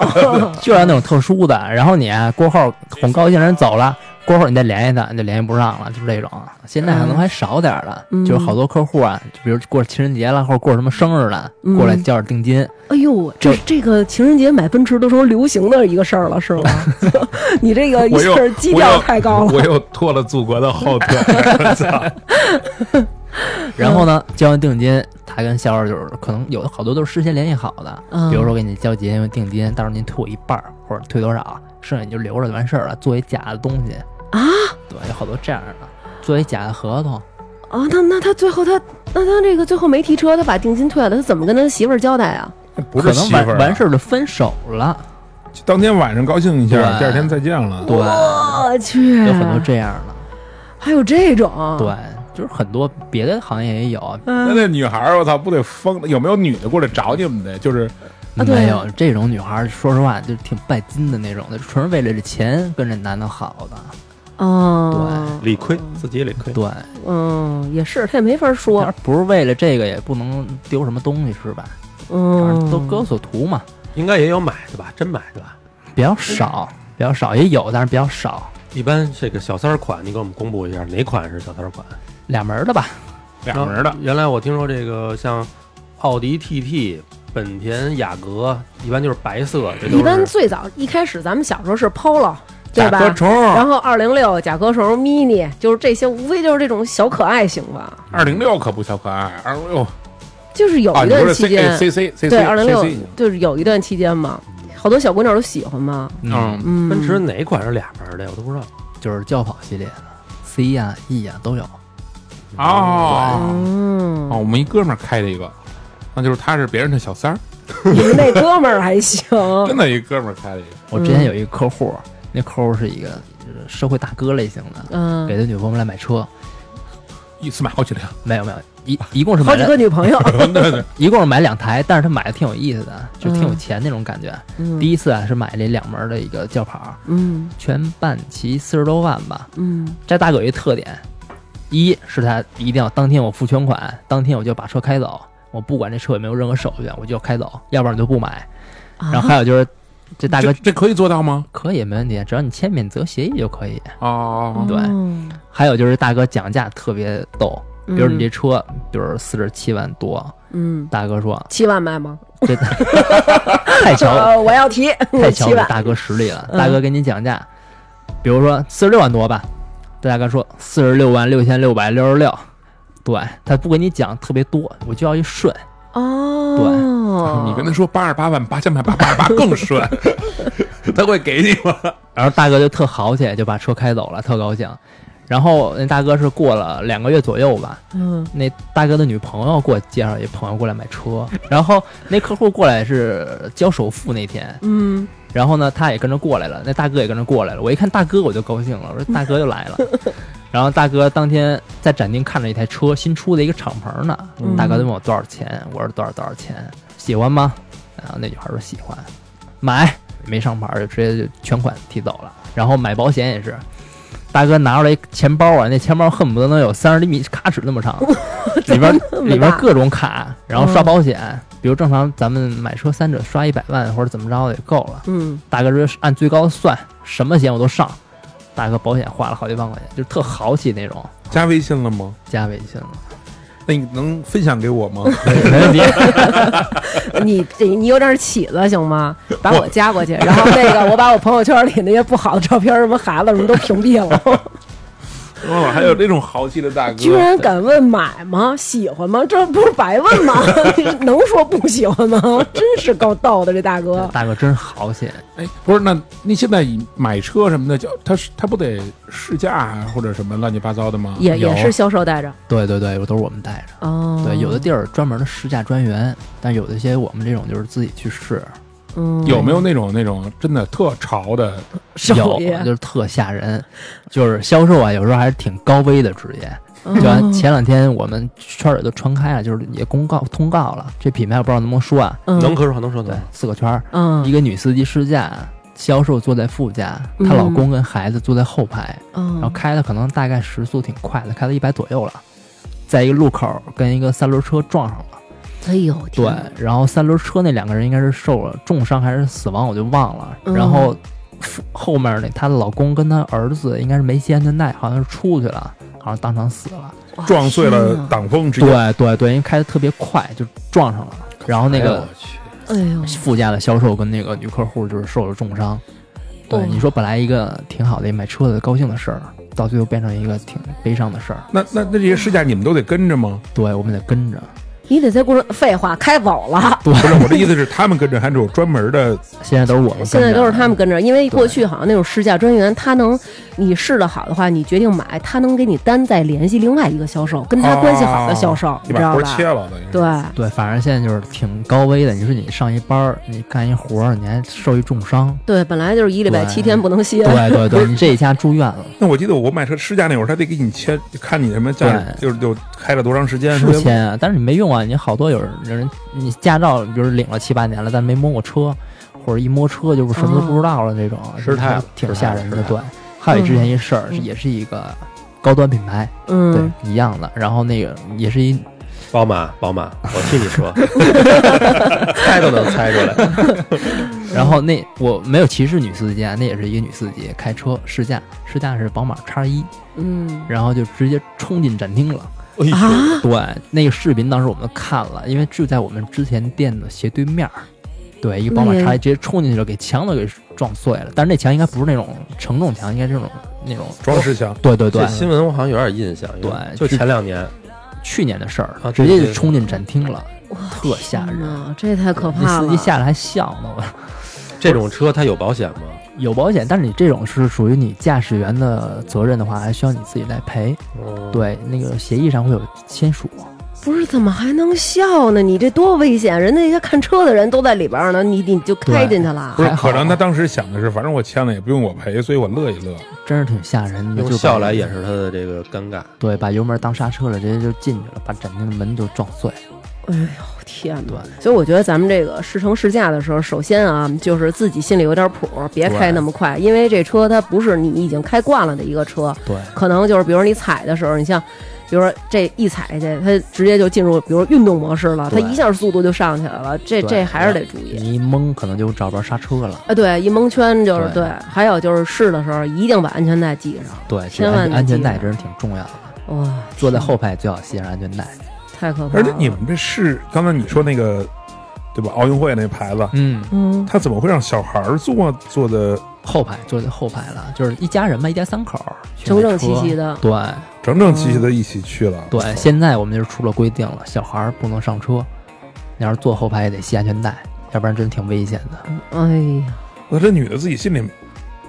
Speaker 5: 就要那种特殊的。然后你啊过后哄高兴人走了。过后你再联系她，你就联系不上了，就是这种。现在可能还少点儿了，
Speaker 2: 嗯
Speaker 5: 就是好多客户啊，就比如过情人节了，或者过什么生日了，过来
Speaker 2: 嗯
Speaker 5: 交点定金，
Speaker 2: *laughs* 哎呦，这这个情人节买奔驰都成流行的一个事儿了，是吗？
Speaker 4: *laughs*
Speaker 2: 你这个一
Speaker 4: 我又
Speaker 2: 下儿基
Speaker 4: 我
Speaker 2: 调
Speaker 4: 又
Speaker 2: 太高了。
Speaker 4: 我又拖了祖国的后腿。
Speaker 5: 然后呢，交完定金，他跟销售就是可能有的好多都是事先联系好的，
Speaker 2: 嗯
Speaker 5: 比如说给你交结定金，到时候您退我一半儿或者退多少，剩下你就留着就完事儿了，做一假的东西
Speaker 2: 啊，
Speaker 5: 对，有好多这样的，做一假的合同，
Speaker 2: 啊，那那他最后他那他这个最后没提车，他把定金退了，他怎么跟他媳妇儿交代啊？
Speaker 4: *laughs* 不
Speaker 5: 可
Speaker 4: 是
Speaker 5: 能
Speaker 4: 媳
Speaker 5: 完
Speaker 4: 妇儿啊，
Speaker 5: 完事儿就分手了，
Speaker 4: 就当天晚上高兴一下，
Speaker 5: 对
Speaker 4: 第二天再见了。
Speaker 5: 对，
Speaker 4: 啊
Speaker 2: 我去，
Speaker 5: 有很多这样的，
Speaker 2: 还有这种，
Speaker 5: 对，就是很多别的行业也有啊，
Speaker 4: 那
Speaker 2: 嗯，
Speaker 4: 那女孩儿，我操，不得疯了？有没有女的过来找你们的？就是
Speaker 2: 啊对
Speaker 5: 没有这种女孩儿，说实话就挺拜金的那种的，纯是为了这钱跟这男的好的，
Speaker 2: 哦，
Speaker 3: 理亏，自己理亏。
Speaker 5: 对，
Speaker 2: 嗯，也是，他也没法
Speaker 5: 要
Speaker 2: 说
Speaker 5: 是，不是为了这个，也不能丢什么东西是吧？反
Speaker 2: 嗯，
Speaker 5: 正都各有所图嘛，
Speaker 3: 应该也有买的吧？真买的吧？
Speaker 5: 比较少，嗯比较少也有，但是比较少，
Speaker 3: 一般这个小三儿款，你给我们公布一下，哪款是小三儿款？
Speaker 5: 俩门儿的吧，
Speaker 4: 俩门
Speaker 2: 嗯
Speaker 4: 儿的，
Speaker 3: 原来我听说这个像奥迪 TT、本田雅阁，一般就是白色，这都
Speaker 2: 一般
Speaker 3: 是
Speaker 2: 最早一开始咱们小时候是 Polo，对
Speaker 4: 甲
Speaker 2: 吧？
Speaker 4: 壳虫，
Speaker 2: 然后二零六、甲壳虫、mini，就是这些，无非就是这种小可爱型吧。
Speaker 4: 二零六可不小可爱，二零六
Speaker 2: 就是有
Speaker 4: 啊，
Speaker 2: 一
Speaker 4: 你
Speaker 2: 段
Speaker 4: 说是
Speaker 2: 期
Speaker 4: C
Speaker 2: 间，
Speaker 4: 哎 C C C C
Speaker 2: 对二零六
Speaker 4: C，
Speaker 2: 就是有一段期间嘛，好多小姑娘都喜欢嘛。
Speaker 4: 嗯，
Speaker 2: 嗯，
Speaker 3: 奔驰哪款是俩门儿的呀？我都不知道。
Speaker 5: 就是轿跑系列的，C 呀、E 呀、都有，
Speaker 4: 哦
Speaker 2: 嗯
Speaker 4: 哦，，我们一哥们儿开的一个，那就是他是别人的小三儿，
Speaker 2: 你们那哥们儿还
Speaker 5: *laughs*
Speaker 2: 行，
Speaker 4: 真的一哥们儿开的一个，
Speaker 5: 我之前有一个客户，那客户是一个就是社会大哥类型的，给
Speaker 2: 嗯，
Speaker 5: 他女朋友来买车，
Speaker 4: 一次买好几辆，
Speaker 5: 没有没有，一一共是
Speaker 2: 好
Speaker 5: 买
Speaker 2: 几
Speaker 5: 了
Speaker 2: 个女朋友，
Speaker 5: 一共是买两台，但是他买的挺有意思的，就是挺有钱那种感觉。
Speaker 2: 嗯
Speaker 5: 第一次啊是买了一两门的一个轿跑，
Speaker 2: 嗯
Speaker 5: 全办齐四十多万吧。
Speaker 2: 嗯
Speaker 5: 这大哥有一特点，一是他一定要当天我付全款，当天我就把车开走，我不管这车有没有任何手续，我就开走，要不然我就不买。然后还有就是，这大哥
Speaker 4: 这这可以做到吗？
Speaker 5: 可以没问题，只要你签免责协议就可以。
Speaker 4: 哦，
Speaker 5: 对，
Speaker 2: 嗯
Speaker 5: 还有就是大哥讲价特别逗，比如你这车，比如四十七万多，
Speaker 2: 嗯，
Speaker 5: 大哥说
Speaker 2: 七万卖吗？
Speaker 5: 这太瞧
Speaker 2: 呃， *laughs* 我要提
Speaker 5: 太瞧
Speaker 2: 七
Speaker 5: 不
Speaker 2: 万
Speaker 5: 起，大哥实力了。大哥给你讲价，比如说四十六万多吧，大哥说四十六万六千六百六十六，对他不给你讲特别多，我就要一顺。
Speaker 2: 哦，
Speaker 4: 你跟他说八十八万八千八八八八更顺， *laughs* 他会给你吗？
Speaker 5: 然后大哥就特豪气，就把车开走了，特高兴。然后那大哥是过了两个月左右吧，
Speaker 2: 嗯
Speaker 5: 那大哥的女朋友给我介绍一朋友过来买车，然后那客户过来是交首付那天，
Speaker 2: 嗯
Speaker 5: 然后呢，他也跟着过来了，那大哥也跟着过来了。我一看大哥，我就高兴了，我说大哥又来了。然后大哥当天在展厅看了一台车，新出的一个敞篷呢。大哥就问我多少钱，我说多少多少钱，喜欢吗？然后那女孩说喜欢，买，没上牌就直接就全款提走了。然后买保险也是，大哥拿出来一钱包啊，那钱包恨不得能有三十厘米卡尺那么长，里边里边各种卡，然后刷保险，比如正常咱们买车三者刷一百万或者怎么着的也够了。
Speaker 2: 嗯，
Speaker 5: 大哥说是按最高算，什么险我都上。大哥保险花了好几万块钱，就是特豪气那种。
Speaker 4: 加微信了吗？
Speaker 5: 加微信了，
Speaker 4: 那你能分享给我 *laughs* 吗？
Speaker 5: 没问题。
Speaker 2: 你这你有点起子行吗？把我加过去，然后那个我把我朋友圈里那些不好的照片，什么孩子什么都屏蔽了。
Speaker 4: 哦，还有这种豪气的大哥，
Speaker 2: 居然敢问买吗？喜欢吗？这不是白问
Speaker 5: *laughs*
Speaker 2: 吗？ *laughs* 能说不喜欢吗？ *laughs* 真是够逗的，这大哥。
Speaker 5: 大哥真豪气，
Speaker 4: 哎，不是，那那现在买车什么的，就他是他不得试驾啊或者什么乱七八糟的吗？啊
Speaker 2: 也
Speaker 5: 有
Speaker 2: 也是销售带着
Speaker 5: 对对对，都是我们带着。嗯
Speaker 2: 哦，
Speaker 5: 对，有的地儿专门的试驾专员，但有的一些我们这种就是自己去试，
Speaker 2: 嗯
Speaker 4: 有没有那种那种真的特潮的？
Speaker 2: 少
Speaker 5: 有啊
Speaker 2: 爷
Speaker 5: 就是特吓人。就是销售啊，有时候还是挺高危的职业。
Speaker 2: 嗯
Speaker 5: 就像前两天我们圈里都传开了，就是也公告通告了，这品牌我不知道能不能说啊。
Speaker 3: 能可说能说
Speaker 5: 对
Speaker 3: 的，，
Speaker 5: 四个圈儿，
Speaker 2: 嗯
Speaker 5: 一个女司机试驾，销售坐在副驾，
Speaker 2: 嗯
Speaker 5: 她老公跟孩子坐在后排，然后
Speaker 2: 嗯
Speaker 5: 开的可能大概时速挺快的，开到一百左右了，在一个路口跟一个三轮车撞上了。
Speaker 2: 哎呦
Speaker 5: 对
Speaker 2: 天哪，
Speaker 5: 然后三轮车那两个人应该是受了重伤还是死亡，我就忘了。
Speaker 2: 嗯
Speaker 5: 然后副后面那她的老公跟她儿子应该是没系安全带，好像是出去了，好像当场死了。
Speaker 2: 哇
Speaker 4: 撞碎
Speaker 2: 天
Speaker 4: 了
Speaker 2: 哪
Speaker 4: 挡风，直接
Speaker 5: 对对对，因为开的特别快就撞上了。然后那个
Speaker 2: 哎呦
Speaker 5: 副驾的销售跟那个女客户就是受了重伤。对，呃
Speaker 2: 哦
Speaker 5: 你说本来一个挺好的买车的高兴的事儿，到最后变成一个挺悲伤的事儿。
Speaker 4: 那那那这些试驾你们都得跟着吗？
Speaker 5: 对，我们得跟着，
Speaker 2: 你得在过程，废话，开走了。
Speaker 5: 对，
Speaker 4: 不是，我的意思是他们跟着，还是有专门的？
Speaker 5: 现在都是我们，
Speaker 2: 现在都是他们。跟着，因为过去好像那种试驾专员，他能，你试的好的话，你决定买，他能给你单再联系另外一个销售， *laughs* 跟他关系好的销售，
Speaker 4: 哦
Speaker 2: 你知
Speaker 4: 你把
Speaker 2: 道
Speaker 4: 活切
Speaker 2: 吧？
Speaker 4: 了，等于是
Speaker 2: 对，
Speaker 5: 对，反正现在就是挺高危的。你说你上一班儿，你干一活儿，你还受一重伤，
Speaker 2: 对，本来就是一礼拜
Speaker 5: 对
Speaker 2: 七天不能歇，
Speaker 5: 对对对，你这一下住院了，
Speaker 4: 那我记得我买车试驾那会儿，他得给你签，看你什么驾，就是就开了多长时间，
Speaker 5: 是
Speaker 4: 说
Speaker 5: 签啊，但是你没用啊。你好多有人，有人你驾照，比如领了七八年了，但没摸过车，或者一摸车就是什么都不知道了，这种
Speaker 3: 失态了
Speaker 5: 挺
Speaker 3: 失态
Speaker 5: 吓
Speaker 3: 了
Speaker 5: 人
Speaker 3: 失
Speaker 5: 的。
Speaker 3: 态
Speaker 5: 对，还有
Speaker 2: 嗯
Speaker 5: 之前一事儿，也是一个高端品牌，对
Speaker 2: 嗯，，
Speaker 5: 一样的。然后那个也是一
Speaker 3: 宝马，宝马，我替你
Speaker 5: *laughs*
Speaker 3: 说，猜都能猜出来。
Speaker 2: 嗯
Speaker 5: 然后那我没有歧视女司机啊，那也是一个女司机开车试驾，试驾是宝马叉一，
Speaker 2: 嗯，
Speaker 5: 然后就直接冲进展厅了。
Speaker 2: 啊，
Speaker 5: 对，那个视频当时我们看了，因为就在我们之前店的斜对面儿，对，一个宝马
Speaker 2: 那
Speaker 5: 叉
Speaker 2: 也
Speaker 5: 一直接冲进去了，给墙都给撞碎了。但是那墙应该不是那种承重墙，应该是那种那种，
Speaker 4: 装饰箱，
Speaker 5: 对对对
Speaker 3: 这，新闻我好像有点印象，因为就
Speaker 5: 对
Speaker 3: 前两年，
Speaker 5: 去年的事儿，
Speaker 3: 啊
Speaker 5: 直接
Speaker 3: 对
Speaker 5: 就
Speaker 3: 对
Speaker 5: 冲进展厅了，特吓
Speaker 2: 天
Speaker 5: 人。
Speaker 2: 嗯哪，这也太可
Speaker 5: 那
Speaker 2: 怕
Speaker 5: 司
Speaker 2: 了。
Speaker 5: 机下来还笑呢，我
Speaker 3: 这种车它有保险吗？
Speaker 5: 有保险，但是你这种是属于你驾驶员的责任的话，还需要你自己来赔。
Speaker 3: 嗯，
Speaker 5: 对，那个协议上会有签署。
Speaker 2: 不是怎么还能笑呢？你这多危险！人家一个看车的人都在里边儿呢，你你就开进去了
Speaker 4: 不。是
Speaker 5: 还？好
Speaker 4: 可能他当时想的是，反正我签了也不用我赔，所以我乐一乐。
Speaker 2: 嗯
Speaker 5: 真是挺吓人的，
Speaker 3: 用
Speaker 5: 就
Speaker 3: 笑
Speaker 5: 把
Speaker 3: 来掩饰它的这个尴尬。
Speaker 5: 对，把油门当刹车了，直接就进去了，把展厅的门就撞碎。
Speaker 2: 哎呦天哪！所以我觉得咱们这个试乘试驾的时候，首先啊，就是自己心里有点谱，别开那么快，因为这车它不是你已经开惯了的一个车，
Speaker 5: 对，
Speaker 2: 可能就是比如你踩的时候，你像。比如说这一踩下去，它直接就进入比如运动模式了，它
Speaker 5: 对
Speaker 2: 一下速度就上去来了，这
Speaker 5: 对
Speaker 2: 这还是得注意。
Speaker 5: 你一懵可能就找不着刹车了。
Speaker 2: 啊，对，一蒙圈就是
Speaker 5: 对
Speaker 2: 对，还有就是试的时候一定把安全带系上。
Speaker 5: 对，这
Speaker 2: 千万
Speaker 5: 安
Speaker 2: 得
Speaker 5: 安全
Speaker 2: 记
Speaker 5: 带
Speaker 2: 得
Speaker 5: 真是挺重要的，
Speaker 2: 哇，
Speaker 5: 坐在
Speaker 2: 天
Speaker 5: 后排最好系上安全带。
Speaker 2: 太可怕了。
Speaker 4: 而且你们这是刚才你说那个，对吧？奥运会那牌子，
Speaker 5: 嗯，
Speaker 2: 嗯，
Speaker 4: 他怎么会让小孩儿坐坐的
Speaker 5: 后排坐在后排了，就是一家人嘛，一家三口儿，去
Speaker 2: 整
Speaker 5: 买
Speaker 2: 整齐
Speaker 5: 车
Speaker 2: 齐的
Speaker 5: 对
Speaker 4: 整整齐齐的一起去了？
Speaker 5: 对，现在我们就是出了规定了，小孩儿不能上车，你要是坐后排也得系安全带，要不然真挺危险的。
Speaker 2: 哎呀，
Speaker 4: 那这女的自己心里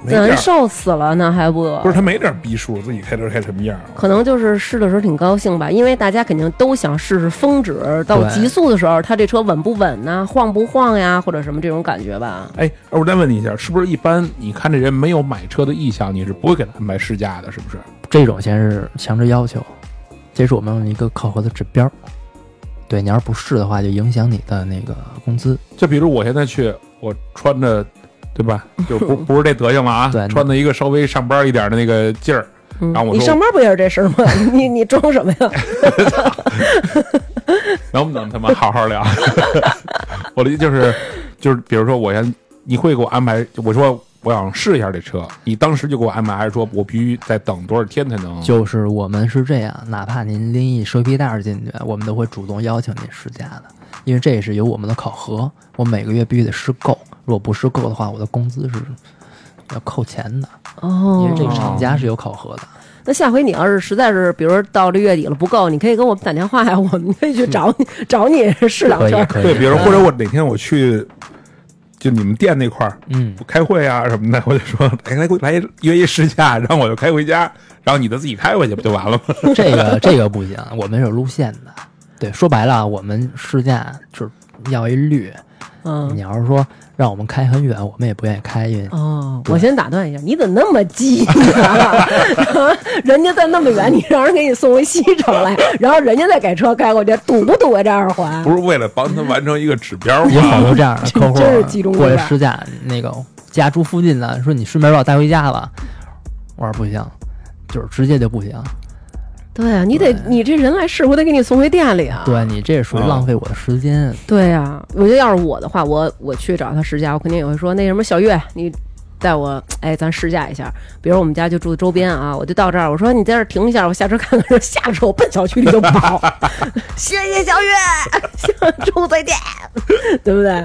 Speaker 4: 没点
Speaker 2: 难
Speaker 4: 儿，
Speaker 2: 受死了，那还不
Speaker 4: 不是她没点儿逼数，自己开车开什么样啊儿？
Speaker 2: 可能就是试的时候挺高兴吧，因为大家肯定都想试试峰值，到
Speaker 5: 对
Speaker 2: 极速的时候，它这车稳不稳呐、晃不晃呀，或者什么这种感觉吧。
Speaker 4: 哎，哎我再问你一下，是不是一般你看这人没有买车的意向，你是不会给他安排试驾的，是不是？
Speaker 5: 这种先是强制要求，这是我们一个考核的指标。对你要是不试的话，就影响你的那个工资。
Speaker 4: 就比如我现在去，我穿着，对吧？就不不是这德行了啊
Speaker 5: 对，
Speaker 4: 穿的一个稍微上班一点的那个劲儿，
Speaker 2: 嗯
Speaker 4: 然后我
Speaker 2: 你
Speaker 4: 说
Speaker 2: 上班不也是这事 *laughs* 儿吗？你你装什么呀？ *laughs*
Speaker 4: 能不能他妈好好聊？ *laughs* 我的意思就是就是，比如说我先，你会给我安排，我说我想试一下这车，你当时就给我安排，还是说我必须再等多少天才能？
Speaker 5: 就是我们是这样，哪怕您拎一蛇皮袋儿进去，我们都会主动邀请您试驾的，因为这也是有我们的考核。我每个月必须得试够，如果不试够的话，我的工资是要扣钱的，因
Speaker 2: 哦
Speaker 5: 为这个厂家是有考核的。
Speaker 2: 那下回你要是实在是，比如说到这月底了不够，你可以给我们打电话呀，我们可以去找你、找你试两
Speaker 5: 可以
Speaker 2: 圈。
Speaker 5: 可
Speaker 4: 对，
Speaker 5: 以，
Speaker 4: 比如或者我哪天我去，就你们店那块儿，
Speaker 5: 嗯，
Speaker 4: 开会啊什么的，我就说 *laughs* 来来来约一试驾，然后我就开回家，然后你的自己开回去不就完了吗？
Speaker 5: 这个这个不行，我们是有路线的。对，说白了啊，我们试驾就是要一律。
Speaker 2: 嗯
Speaker 5: 你，要是说让我们开很远，我们也不愿意开，因为
Speaker 2: 哦，我先打断一下，你怎么那么急、啊？人家在那么远，你让人给你送回西城来，然后人家再给车开过去，堵不堵啊？这二环
Speaker 4: 不是为了帮他完成一个指标
Speaker 5: 有好
Speaker 4: 吗？
Speaker 5: 多这样的客户
Speaker 2: 真是集中
Speaker 5: 过
Speaker 2: 地
Speaker 5: 来
Speaker 2: 带
Speaker 5: 试驾，那个家住附近的，说你顺便把我带回家吧。我说不行，就是直接就不行。
Speaker 2: 对啊，你得你这人来试，我得给你送回店里啊。
Speaker 5: 对你这属于浪费我的时间。
Speaker 2: 对啊，我觉得要是我的话，我我去找他试驾，我肯定也会说那什么小月，你带我，哎，咱试驾一下。比如我们家就住周边啊，我就到这儿，我说你在这儿停一下，我下车看看。下车我奔小区里就跑， *laughs* 谢谢小月，住嘴点，对不对？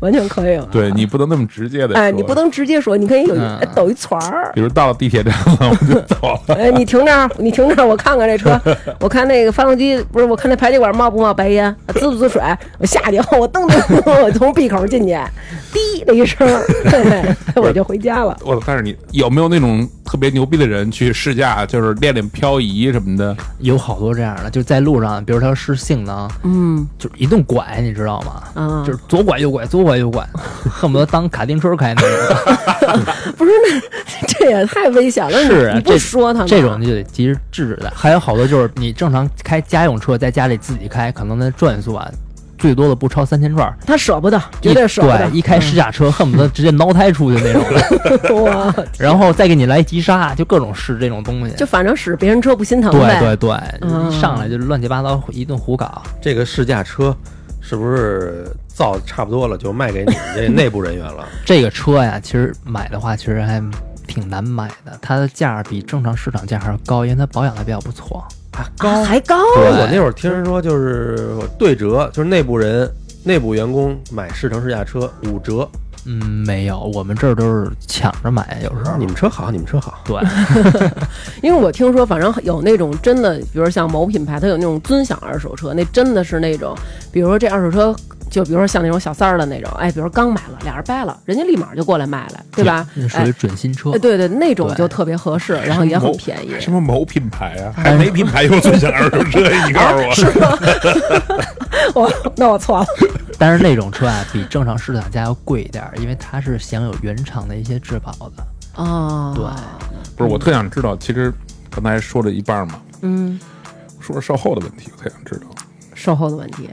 Speaker 2: 完全可以了。
Speaker 4: 对你不能那么直接的，
Speaker 2: 哎，你不，能直接说，你可以有一
Speaker 5: 嗯
Speaker 2: 抖一团儿。
Speaker 4: 比如到了地铁站了，我就走了。
Speaker 2: 哎，你停这儿，你停这儿，我看看这
Speaker 5: *laughs*
Speaker 2: 车，我看那个发动机不是，我看那排气管冒不冒白烟，滋不滋水，我下去，我噔噔，我从闭口进去，滴的一声，对，
Speaker 5: *laughs*
Speaker 2: 我就回家了。
Speaker 4: 我但是你有没有那种特别牛逼的人去试驾，就是练练漂移什么的？
Speaker 5: 有好多这样的，就是在路上，比如他失性能，
Speaker 2: 嗯，
Speaker 5: 就是一顿拐，你知道吗？
Speaker 2: 啊
Speaker 5: 就是左拐右拐，左拐右拐， *laughs* 恨不得当卡丁车开那种。
Speaker 2: 不是，那这也太危险了，你
Speaker 5: 是啊，
Speaker 2: 你不
Speaker 5: 这
Speaker 2: 说他们
Speaker 5: 这种你就得及时制止的。还有好多就是你正常开家用车，在家里自己开，可能那转速啊，最多的不超三千转儿。
Speaker 2: 他舍不得，绝
Speaker 5: 一
Speaker 2: 对嗯舍不得
Speaker 5: 对，。一开试驾车恨不得直接挠胎出去那种，
Speaker 2: *laughs* 哇，
Speaker 5: 然后再给你来急刹，就各种试这种东西。
Speaker 2: 就反正使别人车不心疼
Speaker 5: 对
Speaker 2: 呗。
Speaker 5: 对对，
Speaker 2: 嗯
Speaker 5: 一上来就乱七八糟一顿胡搞。
Speaker 3: 这个试驾车是不是造得差不多了，就卖给你们这内部人员
Speaker 5: *laughs*
Speaker 3: 了？
Speaker 5: 这个车呀，其实买的话，其实还挺难买的，它的价儿比正常市场价还要高，因为它保养的比较不错。
Speaker 2: 啊还高，
Speaker 5: 对
Speaker 3: 我那会儿听人说，就是对折，就是内部人、内部员工买试乘试驾车五折。
Speaker 5: 嗯，没有，我们这儿都是抢着买，有时候
Speaker 2: *laughs*
Speaker 3: 你。们车好，你们车好。
Speaker 5: 对，
Speaker 2: 因为我听说，反正有那种真的，比如像某品牌，它有那种尊享二手车，那真的是那种，比如说这二手车，就比如说像那种小三儿的那种，哎，比如说刚买了，俩人掰了，人家立马就过来卖了，对吧？
Speaker 5: 那属于
Speaker 2: 哎，
Speaker 5: 准新车。
Speaker 2: 哎对对，那种
Speaker 5: 对
Speaker 2: 就特别合适，然后也很便宜。
Speaker 4: 什么某品牌啊？
Speaker 5: 哎
Speaker 4: 还没品牌有最享二手
Speaker 2: *laughs*
Speaker 4: 车？你告诉我，
Speaker 2: 我那我
Speaker 4: *laughs*
Speaker 2: 错了，
Speaker 5: 但是那种车啊，比正常市场价要贵一点儿，因为它是享有原厂的一些质保的。
Speaker 2: 哦，
Speaker 5: 对，
Speaker 4: 不是，我特想知道，其实刚才说了一半嘛，
Speaker 2: 嗯，
Speaker 4: 说说售后的问题，我特想知道，
Speaker 2: 售后的问题，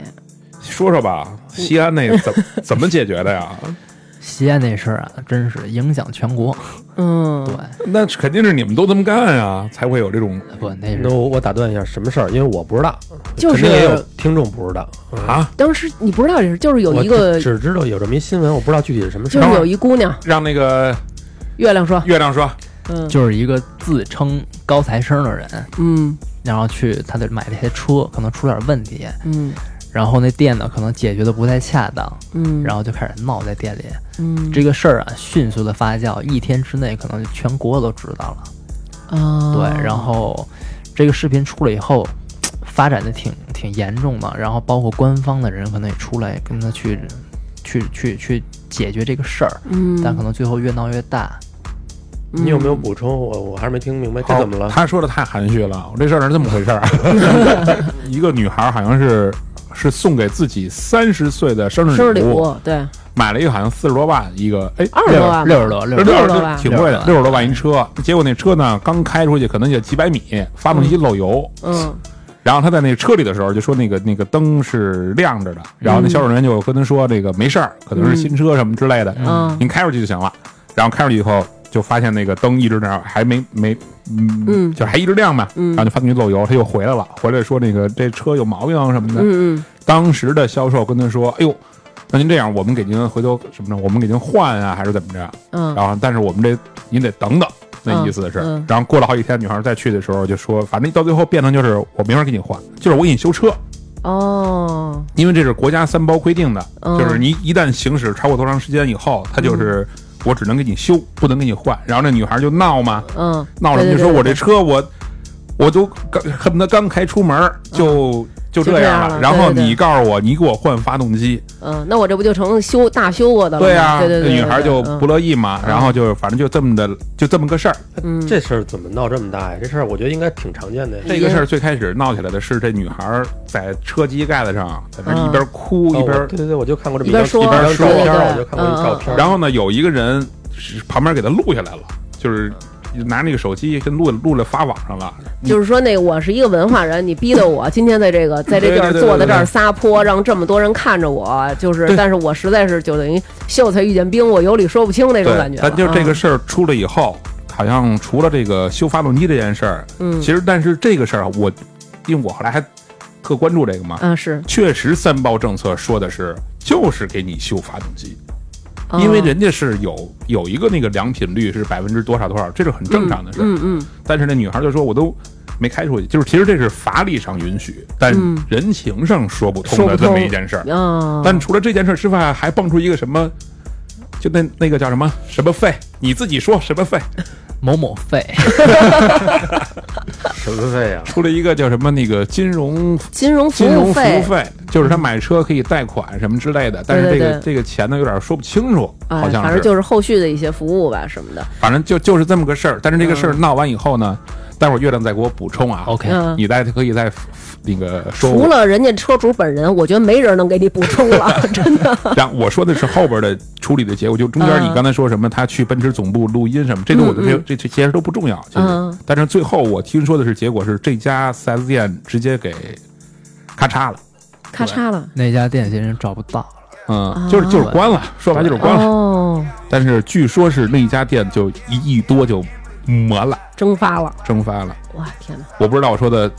Speaker 4: 说说吧，西安那个怎怎么解决的呀？ *laughs*
Speaker 5: 西安那事儿啊，真是影响全国。
Speaker 2: 嗯
Speaker 5: 对，，
Speaker 4: 那肯定是你们都这么干啊，才会有这种
Speaker 5: 不，
Speaker 2: 嗯
Speaker 5: 那是
Speaker 3: 那我我打断一下，什么事儿？因为我不知道，
Speaker 2: 就
Speaker 3: 肯定也有
Speaker 2: 是
Speaker 3: 听众不知道。
Speaker 4: 啊，
Speaker 2: 当时你不知道这事，就是有
Speaker 3: 我
Speaker 2: 一个
Speaker 3: 只，只知道有这么一新闻，我不知道具体是什么事
Speaker 2: 就
Speaker 3: 儿。
Speaker 2: 是有一姑娘，
Speaker 4: 让那个
Speaker 2: 月亮说，
Speaker 4: 月亮说，
Speaker 2: 嗯
Speaker 5: 就是一个自称高材生的人，
Speaker 2: 嗯
Speaker 5: 然后去他得买这些车，可能出点问题，
Speaker 2: 嗯
Speaker 5: 然后那店呢可能解决的不太恰当，
Speaker 2: 嗯，
Speaker 5: 然后就开始闹在店里。
Speaker 2: 嗯
Speaker 5: 这个事儿啊，迅速的发酵，一天之内可能就全国都知道了。
Speaker 2: 啊，
Speaker 5: 对，然后这个视频出了以后，发展的挺挺严重的，然后包括官方的人可能也出来跟他去去去去解决这个事儿，
Speaker 2: 嗯，
Speaker 5: 但可能最后越闹越大。
Speaker 3: 你有没有补充？我我还是没听明白，这怎么了？
Speaker 4: 他说的太含蓄了，我这事儿是这么回事儿。啊
Speaker 3: *laughs*
Speaker 4: 一个女孩好像是是送给自己三十岁的生
Speaker 2: 生日
Speaker 4: 日
Speaker 2: 礼
Speaker 4: 礼物，
Speaker 2: 物，对，
Speaker 4: 买了一个好像四十多万一个，哎，
Speaker 2: 二十多万吧，
Speaker 5: 六十多，六十
Speaker 4: 六
Speaker 5: 多
Speaker 2: 多
Speaker 4: 十
Speaker 2: 嗯
Speaker 4: 多
Speaker 2: 万
Speaker 4: 挺贵的，
Speaker 5: 六
Speaker 4: 六十多万一车。结果那车呢，刚开出去可能也几百米，发动机漏油。
Speaker 2: 嗯
Speaker 4: 然后他在那车里的时候就说那个那个灯是亮着的，然后那销售人员就跟他说这个没事儿，可能是新车什么之类的，
Speaker 2: 嗯
Speaker 4: 您开出去就行了。然后开出去以后就发现那个灯一直那儿还没没
Speaker 2: 嗯
Speaker 4: 就还一直亮嘛，
Speaker 2: 嗯
Speaker 4: 然后就发动机漏油，他又回来了，回来说那个这车有毛病啊什么的。
Speaker 2: 嗯
Speaker 4: 当时的销售跟他说：“哎呦，那您这样，我们给您回头什么呢？我们给您换啊，还是怎么着？
Speaker 2: 嗯嗯
Speaker 4: 然后但是我们这您得等等，那意思的是。
Speaker 2: 嗯嗯
Speaker 4: 然后过了好几天，女孩再去的时候就说，反正到最后变成就是我没法给你换，就是我给你修车，
Speaker 2: 哦，
Speaker 4: 因为这是国家三包规定的，
Speaker 2: 嗯
Speaker 4: 就是你一旦行驶超过多长时间以后，它就是。我只能给你修，不能给你换。然后那女孩就闹嘛，
Speaker 2: 嗯，
Speaker 4: 闹什么？
Speaker 2: 对对
Speaker 4: 就说
Speaker 2: 对
Speaker 4: 我这
Speaker 2: 对
Speaker 4: 车我我都刚恨不得刚开出门儿就、就
Speaker 2: 嗯就
Speaker 4: 这
Speaker 2: 这
Speaker 4: 样
Speaker 2: 样
Speaker 4: 了。
Speaker 2: 了
Speaker 4: 然后
Speaker 2: 对对对
Speaker 4: 你告诉我，你给我换发动机，
Speaker 2: 嗯，那我这不就成修大修过的了吗？
Speaker 4: 对呀，
Speaker 2: 对对对，嗯
Speaker 4: 那女孩就不
Speaker 2: 乐，
Speaker 4: 乐意嘛，然后就反正就这么的，就这么个事儿。
Speaker 2: 嗯，
Speaker 3: 这事儿怎么闹这么大呀？这事儿我觉得应该挺常见的呀。
Speaker 4: 这个事儿最开始闹起来的是这女孩儿在车机盖子上，在
Speaker 2: 嗯
Speaker 4: 那儿一边哭
Speaker 3: 哦
Speaker 4: 一
Speaker 3: 我
Speaker 4: 边儿，
Speaker 3: 对对对，我就看过这么
Speaker 2: 一边
Speaker 3: 张
Speaker 2: 说
Speaker 3: 一边
Speaker 4: 说
Speaker 3: 照片儿，
Speaker 2: 对对
Speaker 3: 我就看过一
Speaker 2: 嗯
Speaker 3: 照片儿。
Speaker 4: 然后呢，有一个人是旁边给她录下来了，就是拿那个手机跟录录了发网上了。
Speaker 2: 就是说那个我是一个文化人，你逼得我今天在这个在这地儿
Speaker 4: 对对对对对
Speaker 2: 坐在这儿撒泼，让这么多人看着我，就是，但是我实在是就等于秀才遇见兵，我有理说不清那种感
Speaker 4: 对
Speaker 2: 觉，了。
Speaker 4: 但就是这
Speaker 2: 嗯
Speaker 4: 个事儿出了以后，好像除了这个修发动机这件事儿，
Speaker 2: 嗯
Speaker 4: 其实但是这个事儿啊我，因为我后来还特关注这个嘛，
Speaker 2: 嗯是
Speaker 4: 确实三包政策说的是就是给你修发动机。
Speaker 2: 嗯
Speaker 4: 因
Speaker 2: 哦
Speaker 4: 为人家是有有一个那个良品率是百分之多少多少，这是很正常的事。嗯嗯。但是那女孩就说：“我都没开出去，就是其实这是法理上允许，但人情上说不通
Speaker 2: 嗯说不
Speaker 4: 的这么
Speaker 2: 通
Speaker 4: 一件事儿。
Speaker 2: 啊，
Speaker 4: 但除了这件事之外，还蹦出一个什么，就那那个叫什么什么费，你自己说什么费，
Speaker 5: 某某费，
Speaker 2: 嗯
Speaker 3: 什么费呀？
Speaker 4: 出了一个叫什么那个金融
Speaker 2: 金融服
Speaker 4: 金融
Speaker 2: 务嗯
Speaker 4: 服务费，就是他买车可以贷款什么之类的，但是
Speaker 2: 对对
Speaker 4: 这个
Speaker 2: 对
Speaker 4: 这个钱呢有点说不清楚，
Speaker 2: 哎
Speaker 4: 好，像
Speaker 2: 反
Speaker 4: 是
Speaker 2: 正，就是后续的一些服务吧什么的，
Speaker 4: 反正就就是这么个事儿。但
Speaker 2: 嗯
Speaker 4: 是这个事儿闹完以后呢，待会儿月亮再给我补充啊。
Speaker 5: OK
Speaker 2: 嗯
Speaker 4: 你再可以再那个说
Speaker 2: 除
Speaker 4: 我，
Speaker 2: 了人家车主本人，我觉得没人能给你补
Speaker 4: *laughs*
Speaker 2: 充了，真的。
Speaker 4: 然后我说的是后边的处理的结果，就中间你
Speaker 2: 嗯
Speaker 4: 刚才说什么他去奔驰总部录音什么，这个我的这这这其实都不重要，其
Speaker 2: 嗯
Speaker 4: 实。但是最后我听说的是结果是这家 4S 店直接给咔嚓了，
Speaker 2: 咔嚓了。
Speaker 5: 那家店其实找不到了，
Speaker 4: 嗯，就是就是关了，说白就是关了。
Speaker 2: 啊哦，
Speaker 4: 但是据说是那一家店就一亿多就没了，
Speaker 2: 蒸发了！
Speaker 4: 蒸发了。
Speaker 2: 哇，天哪！
Speaker 4: 我不知道我说的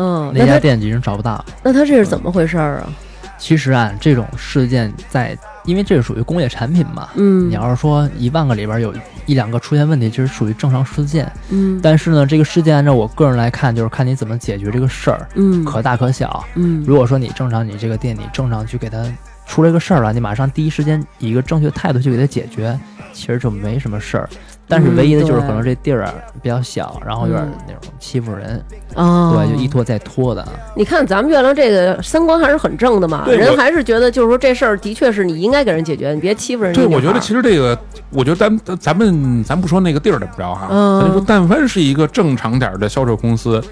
Speaker 2: 嗯，
Speaker 5: 那家
Speaker 2: 那他
Speaker 5: 店已经找不到了。
Speaker 2: 那他这是怎么回事儿啊？
Speaker 5: 其实啊，这种事件在，因为这是属于工业产品嘛。
Speaker 2: 嗯
Speaker 5: 你要是说一万个里边有一两个出现问题，这是属于正常事件。
Speaker 2: 嗯
Speaker 5: 但是呢，这个事件按照我个人来看，就是看你怎么解决这个事儿，
Speaker 2: 嗯
Speaker 5: 可大可小。
Speaker 2: 嗯
Speaker 5: 如果说你正常，你这个店你正常去给他出了一个事儿了，你马上第一时间以一个正确态度去给他解决，其实就没什么事儿。但是
Speaker 2: 嗯
Speaker 5: 唯一的就是
Speaker 2: 对
Speaker 5: 可能这地儿啊比较小，然后有点
Speaker 2: 嗯
Speaker 5: 那种欺负人，
Speaker 2: 哦，
Speaker 5: 对，就一拖再拖的啊。
Speaker 2: 你看咱们月亮这个三观还是很正的嘛，
Speaker 4: 对
Speaker 2: 人
Speaker 4: 我
Speaker 2: 还是觉得就是说这事儿的确是你应该给人解决，你别欺负人家
Speaker 4: 对，
Speaker 2: 女孩儿。
Speaker 4: 我觉得其实这个，我觉得咱咱们咱不说那个地儿怎么着哈，
Speaker 2: 嗯
Speaker 4: 咱就说但凡是一个正常点儿的销售公司，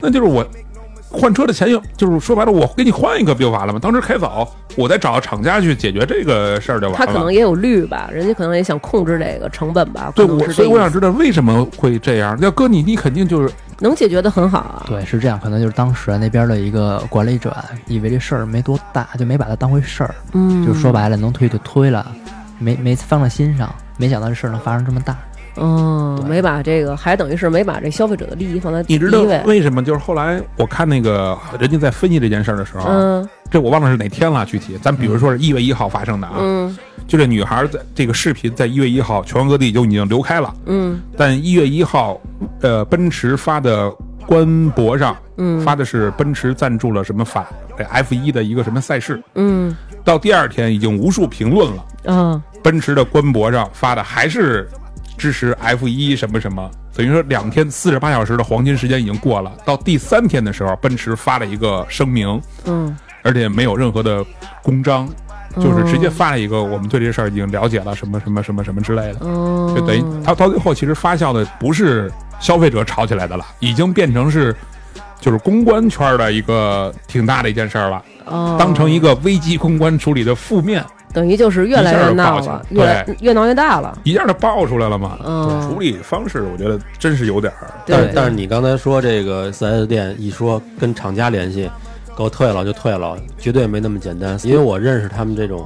Speaker 4: 那就是我换车的钱有，就是说白了，我给你换一个不就完了吗？当时开早，我再找厂家去解决这个事儿就完了。
Speaker 2: 他可能也有虑吧，人家可能也想控制这个成本吧。
Speaker 4: 对
Speaker 2: 可能
Speaker 4: 我，
Speaker 2: 是
Speaker 4: 所以
Speaker 2: 这
Speaker 4: 我
Speaker 2: 意
Speaker 4: 想
Speaker 2: 思
Speaker 4: 知道为什么会这样。要搁你，你肯定就是
Speaker 2: 能解决的很好啊。
Speaker 5: 对，是这样，可能就是当时啊那边的一个管理者啊以为这事儿没多大，就没把它当回事儿，
Speaker 2: 嗯，
Speaker 5: 就说白了能推就推了，没没放在心上。没想到这事儿能发生这么大，
Speaker 2: 嗯，
Speaker 5: 对
Speaker 2: 没把这个还等于是没把这消费者的利益放在第
Speaker 4: 你
Speaker 2: 一
Speaker 4: 知道
Speaker 2: 位。
Speaker 4: 为什么？就是后来我看那个人家在分析这件事儿的时候，
Speaker 2: 嗯
Speaker 4: 这我忘了是哪天了，具体咱比如说是一月一号发生的啊，
Speaker 2: 嗯
Speaker 4: 就这女孩在这个视频在一月一号全国各地就已经流开了，
Speaker 2: 嗯
Speaker 4: 但一月一号，呃，奔驰发的官博上
Speaker 2: 嗯
Speaker 4: 发的是奔驰赞助了什么法 F 一的一个什么赛事，
Speaker 2: 嗯
Speaker 4: 到第二天已经无数评论了，
Speaker 2: 啊
Speaker 4: 奔驰的官博上发的还是支持 F 一什么什么，等于说两天四十八小时的黄金时间已经过了，到第三天的时候，奔驰发了一个声明，
Speaker 2: 嗯
Speaker 4: 而且没有任何的公章，就是直接发了一个我们对这事儿已经了解了什么什么什么什么之类的，
Speaker 2: 哦，
Speaker 4: 就等于它到最后其实发酵的不是消费者吵起来的了，已经变成是就是公关圈的一个挺大的一件事儿了，
Speaker 2: 哦
Speaker 4: 当成一个危机公关处理的负面，
Speaker 2: 等于就是越来越闹
Speaker 4: 一下
Speaker 2: 了，
Speaker 4: 就爆起来
Speaker 2: 越来越闹越大了。
Speaker 4: 一下就爆出来了嘛。
Speaker 2: 嗯
Speaker 4: 处理方式我觉得真是有点儿，
Speaker 3: 但是
Speaker 2: 对
Speaker 3: 但是你刚才说这个四 S 店一说跟厂家联系，给我退了就退了，绝对没那么简单。因为我认识他们这种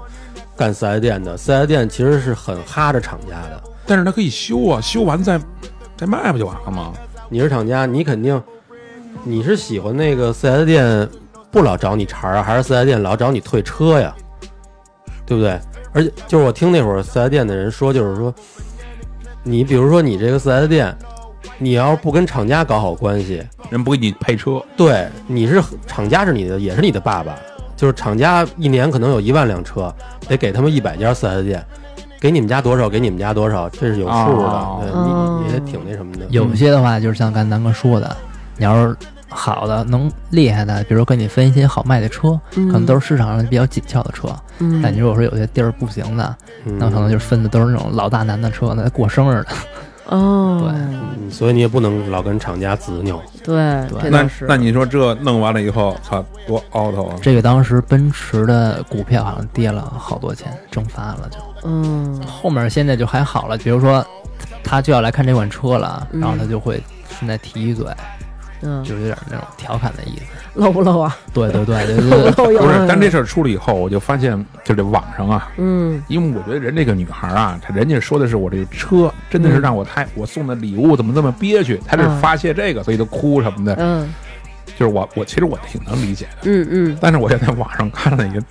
Speaker 3: 干四 S 店的，四 S 店其实是很哈着厂家的。
Speaker 4: 但是它可以修啊，修完再再卖不就完了吗？
Speaker 3: 你是厂家，你肯定你是喜欢那个四 S 店不老找你茬儿啊，还是四 S 店老找你退车呀？对不对？而且就是我听那会儿四 S 店的人说，就是说，你比如说你这个四 S 店，你要是不跟厂家搞好关系，
Speaker 4: 人不给你配车，
Speaker 3: 对，你是厂家是你的，也是你的爸爸。就是厂家一年可能有一万辆车，得给他们一百家四 S 店，给你们家多少，给你们家多少，这是有数的。
Speaker 4: 哦
Speaker 3: 对
Speaker 2: 哦
Speaker 3: 你你也挺那什么的。
Speaker 2: 嗯
Speaker 3: 嗯
Speaker 5: 有些的话就是像刚才南哥说的，你要是好的能厉害的，比如说跟你分一些好卖的车，可能都是市场上比较紧俏的车。
Speaker 2: 嗯
Speaker 5: 但你如果说有些地儿不行的，
Speaker 3: 嗯
Speaker 5: 那可能就是分的都是那种老大难的车，那过生日的。
Speaker 2: 哦，
Speaker 3: 嗯所以你也不能老跟厂家执拗。
Speaker 2: 对
Speaker 5: 对
Speaker 2: 这
Speaker 4: 那
Speaker 2: 倒是
Speaker 4: 那你说这弄完了以后，操，多 out
Speaker 2: *laughs*
Speaker 4: 啊！
Speaker 5: 这个当时奔驰的股票好像跌了好多钱，蒸发了就。
Speaker 2: 嗯
Speaker 5: 后面现在就还好了，比如说他就要来看这款车了，然后他就会顺带提一嘴，
Speaker 2: 嗯
Speaker 5: 就是有点那种调侃的意思。
Speaker 2: 漏不漏啊？
Speaker 5: 对对对对对
Speaker 2: 漏有
Speaker 4: 不是
Speaker 2: 啊，
Speaker 4: 但这事儿出了以后，我就发现，就这网上啊，
Speaker 2: 嗯
Speaker 4: 因为我觉得人这个女孩啊，她人家说的是我这个车真的是让我太我送的礼物怎么这么憋屈，她是
Speaker 2: 嗯
Speaker 4: 发泄这个，所以就哭什么的。
Speaker 2: 嗯
Speaker 4: 就是我我其实我挺能理解的，
Speaker 2: 嗯嗯
Speaker 4: 但是我也在网上看了一个，就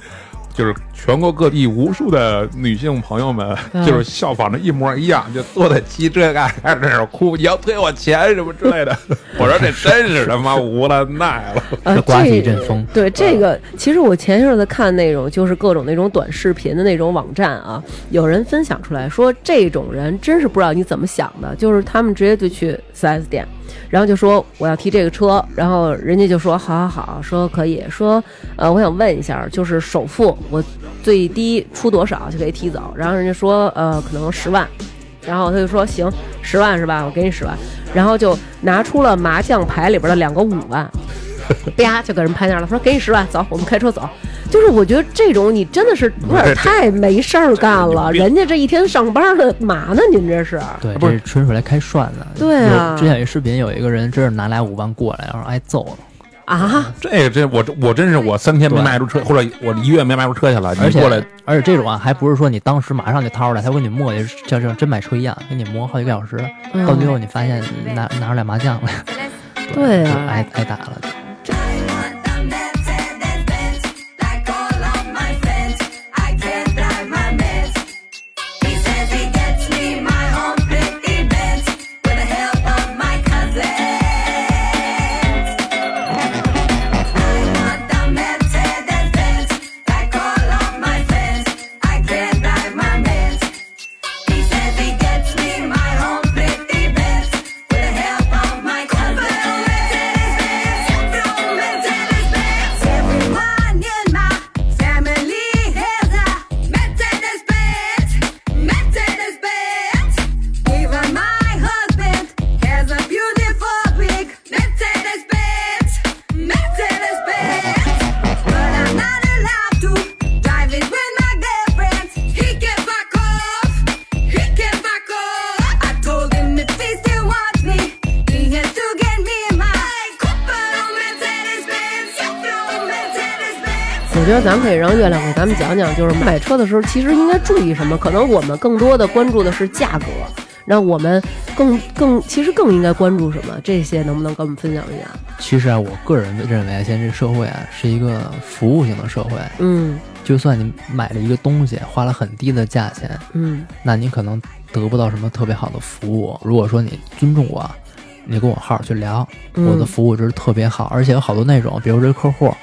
Speaker 4: 就是全国各地无数的女性朋友们，
Speaker 2: 嗯
Speaker 4: 就是效仿着一模一样，就坐在汽车盖开始在那儿哭，你要退我钱什么之类的。我说这真是他妈无了奈了。
Speaker 2: 呃，
Speaker 5: 这刮起
Speaker 2: 这
Speaker 5: 一阵风嗯
Speaker 2: 对这个，其实我前一阵子看那种就是各种那种短视频的那种网站啊，有人分享出来说，这种人真是不知道你怎么想的，就是他们直接就去 4S 店，然后就说我要提这个车，然后人家就说好好好，说可以，说呃我想问一下，就是首付我最低出多少就可以提走，然后人家说呃可能十万。然后他就说行，十万是吧？我给你十万，然后就拿出了麻将牌里边的两个五万，啪就给人拍那儿了，说给你十万，走，我们开车走。就是我觉得这种你真的是有点太没事儿干了，人家这一天上班的嘛呢？您这是？
Speaker 5: 对，这是纯属来开涮的。
Speaker 2: 对啊
Speaker 5: 有之前有一视频，有一个人真是拿俩五万过来，然后挨揍了，
Speaker 2: 啊，
Speaker 4: 这个真我我真是我三天没
Speaker 5: 对
Speaker 4: 卖出车，或者我一月没卖出车去了，
Speaker 5: 而
Speaker 4: 你
Speaker 5: 且
Speaker 4: 过来
Speaker 5: 而且这种啊，还不是说你当时马上就掏出来，他会跟你磨叽，就像真买车一样，跟你磨好几个小时，
Speaker 2: 嗯
Speaker 5: 到最后你发现你拿拿出来麻将来，
Speaker 2: 对
Speaker 5: 就
Speaker 2: 啊
Speaker 5: 挨，挨打了。
Speaker 6: Everyone in my family has a Mercedes Benz, Mercedes Benz. Even my husband has a beautiful big Mercedes Benz, Mercedes Benz. But I'm not allowed to drive it with my girlfriend. He can fuck off, he can fuck off. I told him if he still wants me, he has to get me my Cooper Mercedes Benz, Mercedes Benz.
Speaker 2: 我觉得咱们可以让月亮给咱们讲讲，就是买车的时候其实应该注意什么？可能我们更多的关注的是价格，那我们更更其实更应该关注什么？这些能不能跟我们分享一下？
Speaker 5: 其实啊，我个人认为啊，现在这社会啊是一个服务型的社会，
Speaker 2: 嗯
Speaker 5: 就算你买了一个东西，花了很低的价钱，
Speaker 2: 嗯
Speaker 5: 那你可能得不到什么特别好的服务。如果说你尊重我，你跟我好好去聊，
Speaker 2: 嗯
Speaker 5: 我的服务就是特别好，而且有好多那种，比如这客户，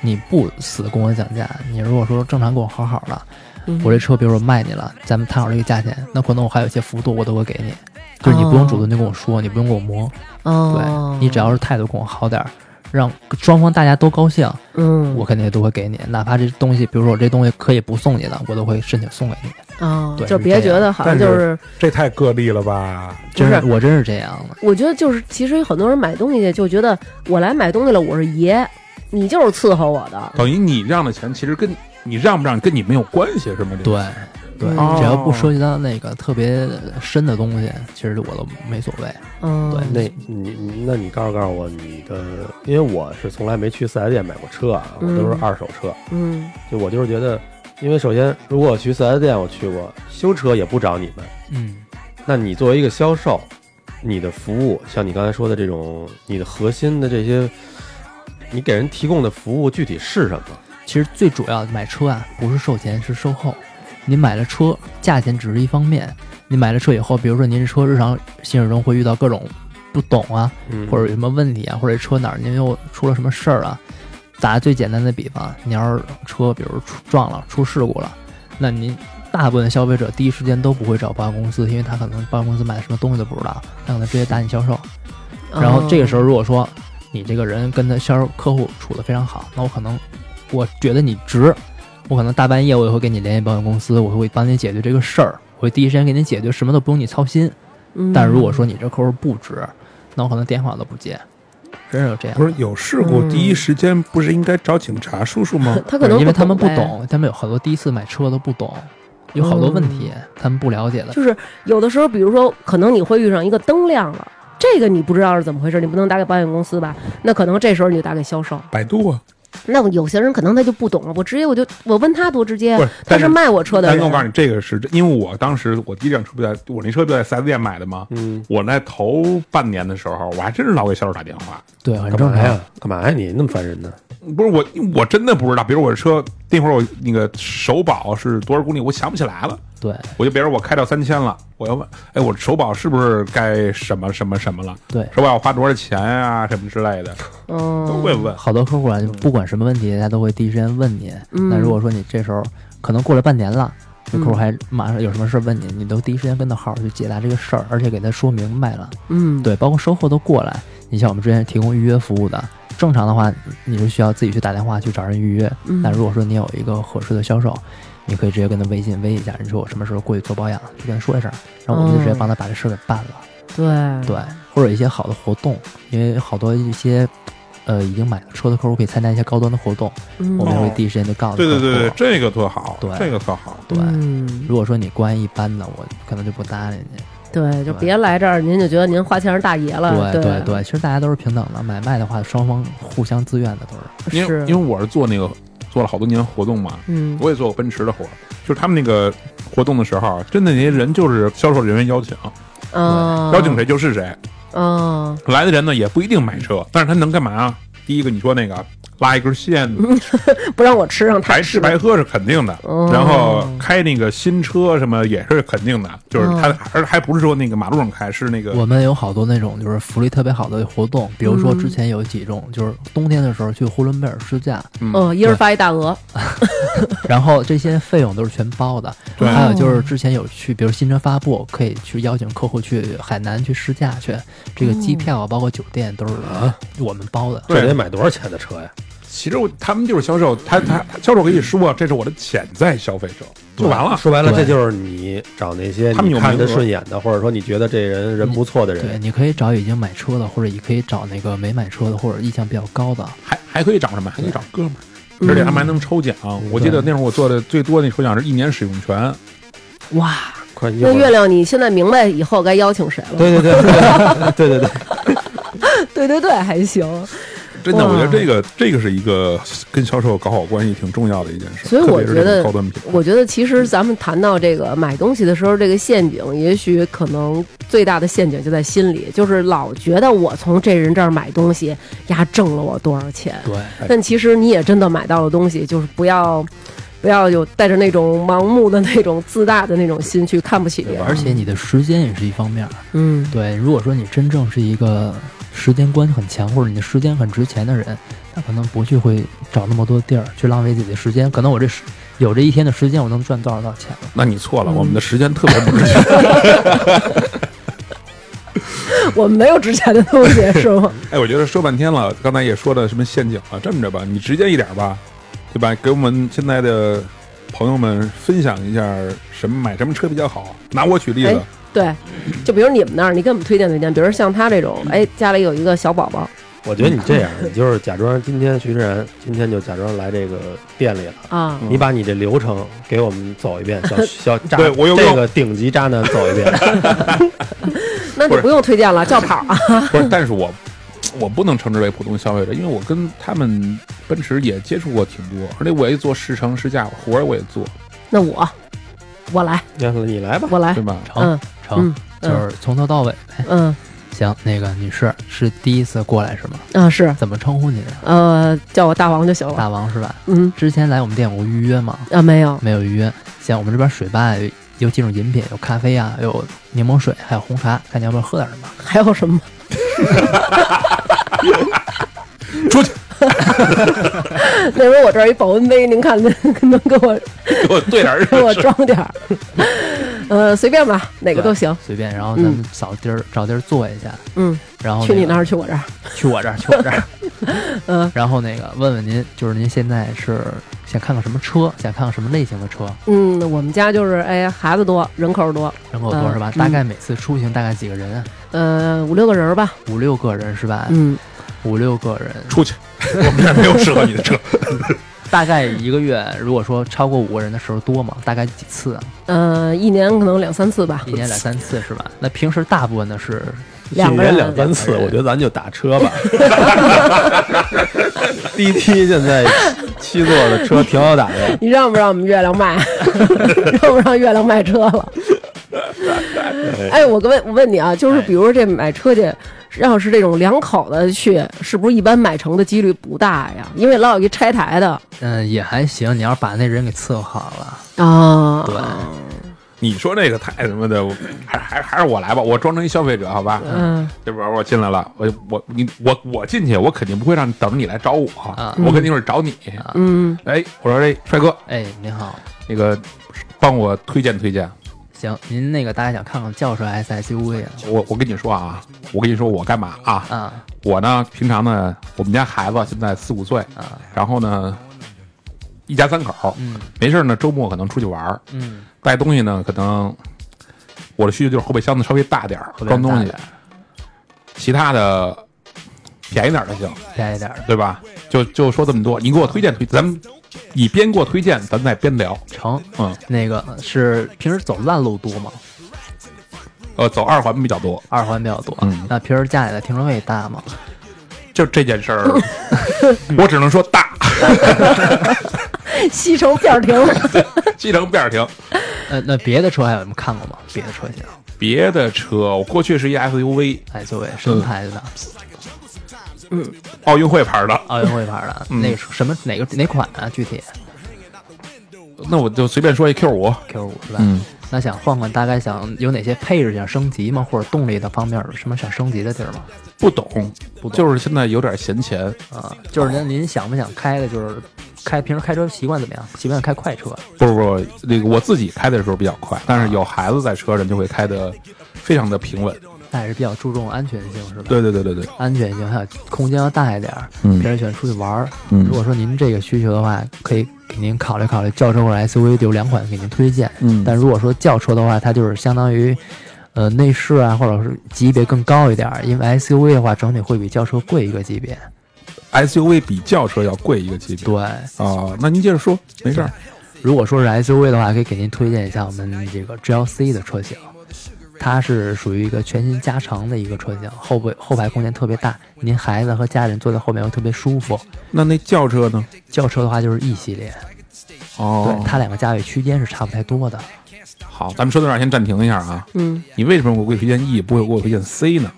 Speaker 5: 你不死跟我讲价，你如果说正常跟我好好的，
Speaker 2: 嗯
Speaker 5: 我这车比如说卖你了，咱们谈好这个价钱，那可能我还有一些幅度我都会给你，就是你不用主动就跟我说，你不用跟我磨，
Speaker 2: 哦
Speaker 5: 对，你只要是态度跟我好点儿，让双方大家都高兴，
Speaker 2: 嗯
Speaker 5: 我肯定都会给你，哪怕这东西，比如说我这东西可以不送你的，我都会申请送给你。
Speaker 2: 哦，
Speaker 5: 对
Speaker 2: 就是别
Speaker 5: 这
Speaker 2: 觉
Speaker 5: 样
Speaker 2: 得好像
Speaker 4: 但
Speaker 2: 就是是，
Speaker 4: 这太个例了吧？
Speaker 5: 真
Speaker 2: 不是
Speaker 5: 我真是这样的。
Speaker 2: 我觉得就是，其实很多人买东西就觉得我来买东西了，我是爷，你就是伺候我的。
Speaker 4: 等于你让的钱其实跟你让不让跟你没有关系是吗？这个，
Speaker 5: 对，对，
Speaker 2: 嗯
Speaker 5: 只要不涉及到那个特别深的东西，其实我都没所谓。
Speaker 2: 嗯，
Speaker 5: 对
Speaker 3: 那你你那你告诉告诉我你的，因为我是从来没去四 S 店买过车啊，我
Speaker 2: 嗯
Speaker 3: 都是二手车。
Speaker 2: 嗯
Speaker 3: 就我就是觉得，因为首先如果我去四 S 店，我去过修车也不找你们，
Speaker 5: 嗯，
Speaker 3: 那你作为一个销售，你的服务，像你刚才说的这种，你的核心的这些，你给人提供的服务具体是什么？
Speaker 5: 其实最主要的买车啊，不是售前，是售后。你买了车，价钱只是一方面。你买了车以后，比如说您这车日常行驶中会遇到各种不懂啊，
Speaker 3: 嗯
Speaker 5: 或者有什么问题啊，或者车哪儿您又出了什么事儿啊？打最简单的比方，啊你要是车比如出撞了、出事故了，那您大部分消费者第一时间都不会找保险公司，因为他可能保险公司买的什么东西都不知道，他可能直接打你销售。然后这个时候如果说你这个人跟他销售客户处的非常好，那我可能我觉得你值，我可能大半夜我也会给你联系保险公司，我会帮你解决这个事儿，我会第一时间给你解决，什么都不用你操心。
Speaker 2: 嗯，
Speaker 5: 但如果说你这客户不值，那我可能电话都不接，真是有这样的。
Speaker 8: 不是有事故
Speaker 2: 嗯
Speaker 8: 第一时间不是应该找警察叔叔
Speaker 2: *laughs*
Speaker 8: 吗？
Speaker 2: *laughs* 他可能
Speaker 5: 因为他们不
Speaker 2: 呗，
Speaker 5: 懂，他们有好多第一次买车都不懂，有好多问题他们不了解的。
Speaker 2: 嗯哎就是有的时候，比如说，可能你会遇上一个灯亮了，这个你不知道是怎么回事，你不能打给保险公司吧？那可能这时候你就打给销售。
Speaker 8: 百度啊，
Speaker 2: 那有些人可能他就不懂了，我直接我就我问他多直接
Speaker 4: 不是，
Speaker 2: 他
Speaker 4: 但是
Speaker 2: 是卖我车的
Speaker 4: 但
Speaker 2: 人。
Speaker 4: 是我告诉你，这个是真因为我当时我第一辆车不在，我那车不在四 S 店买的吗？
Speaker 3: 嗯，
Speaker 4: 我那头半年的时候，我还真是老给销售打电话，
Speaker 5: 对，很
Speaker 3: 干
Speaker 5: 正
Speaker 3: 嘛
Speaker 5: 常。
Speaker 3: 呀？干嘛呀？你那么烦人呢？
Speaker 4: 不是我，我真的不知道。比如我的车那会儿我那个首保是多少公里，我想不起来了。
Speaker 5: 对
Speaker 4: 我就比如我开到三千了，我要问，哎，我首保是不是该什么什么什么了？
Speaker 5: 对
Speaker 4: 首保要花多少钱啊，什么之类的，
Speaker 2: 嗯
Speaker 4: 都会问。
Speaker 5: 好多客户啊，就不管什么问题，他都会第一时间问你。
Speaker 2: 嗯
Speaker 5: 那如果说你这时候可能过了半年了，这客户还马上有什么事儿问你，你都第一时间跟他好好去解答这个事儿，而且给他说明白了。
Speaker 2: 嗯，
Speaker 5: 对，包括售后都过来。你像我们之前提供预约服务的，正常的话你是需要自己去打电话去找人预约。那如果说你有一个合适的销售，你可以直接跟他微信微一下，你说我什么时候过去做保养，就跟他说一声，然后我们就直接帮他把这事儿给办了。
Speaker 2: 对
Speaker 5: 对，或者一些好的活动，因为好多一些呃已经买了车的客户可以参加一些高端的活动，我们也会第一时间就告诉
Speaker 4: 对对
Speaker 5: 客户
Speaker 4: 对对，这个特好，
Speaker 5: 对
Speaker 4: 这个特好。
Speaker 5: 对
Speaker 2: 嗯
Speaker 5: 如果说你关系一般的，我可能就不搭理你。
Speaker 2: 对，就别来这儿，您就觉得您花钱是大爷了。
Speaker 5: 对
Speaker 2: 对，
Speaker 5: 对，其实大家都是平等的，买卖的话，双方互相自愿的都是。
Speaker 4: 因为
Speaker 2: 是
Speaker 4: 因为我是做那个做了好多年活动嘛，
Speaker 2: 嗯
Speaker 4: 我也做过奔驰的活儿，就是他们那个活动的时候，啊真的那些人就是销售人员邀请，
Speaker 2: 啊，
Speaker 4: 邀请谁就是谁。
Speaker 2: 啊，
Speaker 4: 来的人呢也不一定买车，但是他能干嘛啊？第一个你说那个拉一根线，
Speaker 2: 不让我吃上他
Speaker 4: 白吃白喝是肯定的，
Speaker 2: 哦
Speaker 4: 然后开那个新车什么也是肯定的，就是他而还不是说那个马路上开，是那个
Speaker 5: 我们有好多那种就是福利特别好的活动，比如说之前有几种，就是冬天的时候去呼伦贝尔试驾，
Speaker 2: 嗯，一人发一大鹅，
Speaker 5: 然后这些费用都是全包的。
Speaker 4: 对
Speaker 5: 还有就是之前有去，比如新车发布，可以去邀请客户去海南去试驾去，这个机票啊，包括酒店都是我们包的。
Speaker 4: 对
Speaker 3: 这得买多少钱的车呀？
Speaker 4: 其实我他们就是销售，他他销售可以说这是我的潜在消费者，就完了。
Speaker 3: 说白了，这
Speaker 5: 对
Speaker 3: 就是你找那些
Speaker 4: 他们
Speaker 3: 你
Speaker 4: 有
Speaker 3: 看
Speaker 4: 名
Speaker 3: 着
Speaker 4: 额嗯
Speaker 3: 顺眼的，或者说你觉得这人人不错的
Speaker 5: 对，
Speaker 3: 人。
Speaker 5: 你可以找已经买车的，或者也可以找那个没买车的，或者意向比较高的。
Speaker 4: 还还可以找什么？还可以找哥们儿，而且他们还能抽奖。啊
Speaker 5: 嗯
Speaker 4: 我记得那会儿我做的最多那抽奖是一年使用权，
Speaker 2: 哇！
Speaker 3: 快一会
Speaker 2: 那
Speaker 3: 儿
Speaker 2: 月亮，你现在明白以后该邀请谁了？
Speaker 3: 对对对对对对，
Speaker 2: *laughs* 对对对，还行。
Speaker 4: 真的，
Speaker 2: 哇
Speaker 4: 我觉得这个这个是一个跟销售搞好关系挺重要的一件事。
Speaker 2: 所以
Speaker 4: 特
Speaker 2: 我
Speaker 4: 别是
Speaker 2: 觉
Speaker 4: 这种
Speaker 2: 得
Speaker 4: 高端品牌，
Speaker 2: 我觉得其实咱们谈到这个买东西的时候，这个陷阱，也许可能最大的陷阱就在心里，就是老觉得我从这人这儿买东西，呀挣了我多少钱。
Speaker 5: 对，
Speaker 4: 哎
Speaker 2: 但其实你也真的买到了东西，就是不要。不要有带着那种盲目的那种自大的那种心去看不起别人，
Speaker 5: 而且你的时间也是一方面儿。
Speaker 2: 嗯，
Speaker 5: 对，如果说你真正是一个时间观很强，或者你的时间很值钱的人，他可能不去会找那么多地儿去浪费自己的时间。可能我这时有这一天的时间，我能赚多少多少钱了？
Speaker 4: 那你错了，我们的时间特别不值钱。
Speaker 2: 我们没有值钱的东西，是吗？
Speaker 4: *laughs* 哎，我觉得说半天了，刚才也说了什么陷阱啊，这么着吧，你直接一点吧，对吧？给我们现在的朋友们分享一下什么买什么车比较好。拿我举例子
Speaker 2: 哎，对，就比如你们那儿，你给我们推荐推荐，比如像他这种，哎，家里有一个小宝宝
Speaker 3: 我觉得你这样，你就是假装今天徐志然今天就假装来这个店里了。
Speaker 2: 啊，
Speaker 3: 你把你这流程给我们走一遍，
Speaker 4: *laughs*
Speaker 3: 小小渣，
Speaker 4: 嗯对我有
Speaker 3: 这
Speaker 4: 用
Speaker 3: 个顶级渣男走一
Speaker 4: *laughs*
Speaker 3: 遍，
Speaker 2: 那
Speaker 4: 不
Speaker 2: 就是不用推荐了，叫跑啊，
Speaker 4: 不是，但是我我不能称之为普通消费者，因为我跟他们奔驰也接触过挺多，而且我也做试乘试驾，活儿我也做，
Speaker 2: 那我我来，
Speaker 3: 那你来吧。
Speaker 2: 我来
Speaker 4: *laughs* 对，吧？
Speaker 5: 成、
Speaker 2: 嗯
Speaker 5: 成，
Speaker 2: 嗯
Speaker 5: 就是从头到尾呗。
Speaker 2: 嗯
Speaker 5: 行，那个女士是第一次过来是吗？
Speaker 2: 啊是，
Speaker 5: 怎么称呼您啊？
Speaker 2: 呃，叫我大王就行了，
Speaker 5: 大王是吧？
Speaker 2: 嗯
Speaker 5: 之前来我们店有预约吗？
Speaker 2: 啊没有，
Speaker 5: 没有预约。行，我们这边水吧有有几种饮品，有咖啡啊，有柠檬水，还有红茶，看你要不要喝点什么。
Speaker 2: 还有什么？
Speaker 4: 出去，
Speaker 2: *laughs* 那时候我这儿一保温杯，您看 *laughs* 能能给我
Speaker 4: 给我兑点儿
Speaker 2: 给我装点儿，呃，随便吧，哪个都行，
Speaker 5: 随便，然后咱们找地儿、找地儿坐一下，
Speaker 2: 嗯，
Speaker 5: 然后
Speaker 2: 去你
Speaker 5: 个
Speaker 2: 那儿，去我这儿，
Speaker 5: 去我这儿，去我这儿。
Speaker 2: *laughs* 嗯，
Speaker 5: 然后那个问问您，就是您现在是想看看什么车，想看看什么类型的车，
Speaker 2: 嗯，我们家就是哎孩子多，人口多，
Speaker 5: 人口多
Speaker 2: 嗯
Speaker 5: 是吧？
Speaker 2: 嗯
Speaker 5: 大概每次出行大概几个人啊？
Speaker 2: 呃，五六个人儿吧，
Speaker 5: 五六个人是吧？
Speaker 2: 嗯，
Speaker 5: 五六个人，
Speaker 4: 出去，我们这儿没有适合你的车。
Speaker 5: 大概一个月，如果说超过五个人的时候多吗？大概几次啊？
Speaker 2: 呃，一年可能两三次吧
Speaker 5: 一，年两三次是吧？那平时大部分的是
Speaker 2: 两
Speaker 3: 一
Speaker 2: 个
Speaker 3: 年
Speaker 2: 人
Speaker 3: 两三次，我觉得咱就打车吧。 *laughs* 滴滴现在七座的车挺好打的，
Speaker 2: 你让不让我们月
Speaker 3: *laughs*
Speaker 2: 亮卖？让不让月亮哎
Speaker 3: 哎
Speaker 2: 卖车了？哎，我问我问你啊，就是比如说这买车去，要是这种两口子去，是不是一般买成的几率不大呀？因为老有一拆台的
Speaker 5: 嗯，也还行。你要是把那人给伺候好了，
Speaker 2: 啊，
Speaker 5: 对，
Speaker 4: 你说这个太什么的，我还还还是我来吧，我装成一消费者，好吧？
Speaker 2: 嗯，
Speaker 4: 这边我进来了，我我你我我进去，我肯定不会让你等着你来找我，我肯定是找你。
Speaker 2: 嗯，
Speaker 4: 哎，我说这帅哥，
Speaker 5: 哎，您好，
Speaker 4: 那个帮我推荐推荐。
Speaker 5: 行，您那个大概想看看轿车 SSUV 啊？
Speaker 4: 我我跟你说啊，我跟你说我干嘛啊？
Speaker 5: 啊，
Speaker 4: 我呢，平常呢，我们家孩子现在四五岁，
Speaker 5: 啊
Speaker 4: 然后呢，一家三口，
Speaker 5: 嗯
Speaker 4: 没事儿呢，周末可能出去玩儿，
Speaker 5: 嗯，
Speaker 4: 带东西呢，可能我的需求就是后备箱子稍微大点儿，
Speaker 5: 后备
Speaker 4: 装
Speaker 5: 箱
Speaker 4: 东
Speaker 5: 大
Speaker 4: 西
Speaker 5: 点儿，
Speaker 4: 其他的便宜点儿的行，
Speaker 5: 便宜点儿的
Speaker 4: 对吧？就就说这么多，你给我推荐推，咱们你边给我推荐，咱再边聊。
Speaker 5: 成。
Speaker 4: 嗯，
Speaker 5: 那个是平时走烂路多吗？
Speaker 4: 呃，走二环比较多，
Speaker 5: 二环比较多。
Speaker 4: 嗯
Speaker 5: 那平时家里的停车位大吗？
Speaker 4: 就这件
Speaker 5: *laughs*
Speaker 4: 事儿，我只能说大， *laughs*
Speaker 2: 西城片儿停，
Speaker 4: 西城边儿停。
Speaker 5: 呃，那别的车还有什么看过吗？别的车型
Speaker 4: 别的车，我过去是一 SUV，
Speaker 5: ，SUV 什么牌子的？
Speaker 4: 奥运会牌的，
Speaker 5: 奥运会牌的，
Speaker 4: 嗯
Speaker 5: 那个什么哪个哪款啊？具体
Speaker 4: 那我就随便说一 Q 五，
Speaker 5: Q 五是吧？
Speaker 4: 嗯，
Speaker 5: 那想换换，大概想有哪些配置想升级吗？或者动力的方面有什么想升级的地儿吗？
Speaker 4: 不懂，就是现在有点闲钱，
Speaker 5: 啊，就是您您想不想开的，就是开平时开车习惯怎么样？习惯开快车，
Speaker 4: 不是不是，那个我自己开的时候比较快，但是有孩子在车上就会开的非常的平稳。
Speaker 5: 那还是比较注重安全性是吧？
Speaker 4: 对对对对对，
Speaker 5: 安全性还有空间要大一点儿，
Speaker 4: 嗯
Speaker 5: 别人喜欢出去玩儿。
Speaker 4: 嗯
Speaker 5: 如果说您这个需求的话，可以给您考虑考虑轿车或者 SUV 有两款给您推荐。
Speaker 4: 嗯
Speaker 5: 但如果说轿车的话，它就是相当于，呃，内饰啊，或者是级别更高一点儿，因为 SUV 的话整体会比轿车贵一个级别。
Speaker 4: SUV 比轿车要贵一个级别。
Speaker 5: 对，
Speaker 4: 啊，那您接着说，没事儿。
Speaker 5: 如果说是 SUV 的话，可以给您推荐一下我们这个 GLC 的车型，它是属于一个全新加长的一个车型，后备后排空间特别大，您孩子和家人坐在后面会特别舒服。
Speaker 4: 那那轿车呢？
Speaker 5: 轿车的话就是 E 系列，对，
Speaker 4: 哦，
Speaker 5: 它两个价位区间是差不太多的。
Speaker 4: 好，咱们说到这儿先暂停一下啊。
Speaker 2: 嗯，
Speaker 4: 你为什么我给我推荐 E，不会给我推荐 C 呢？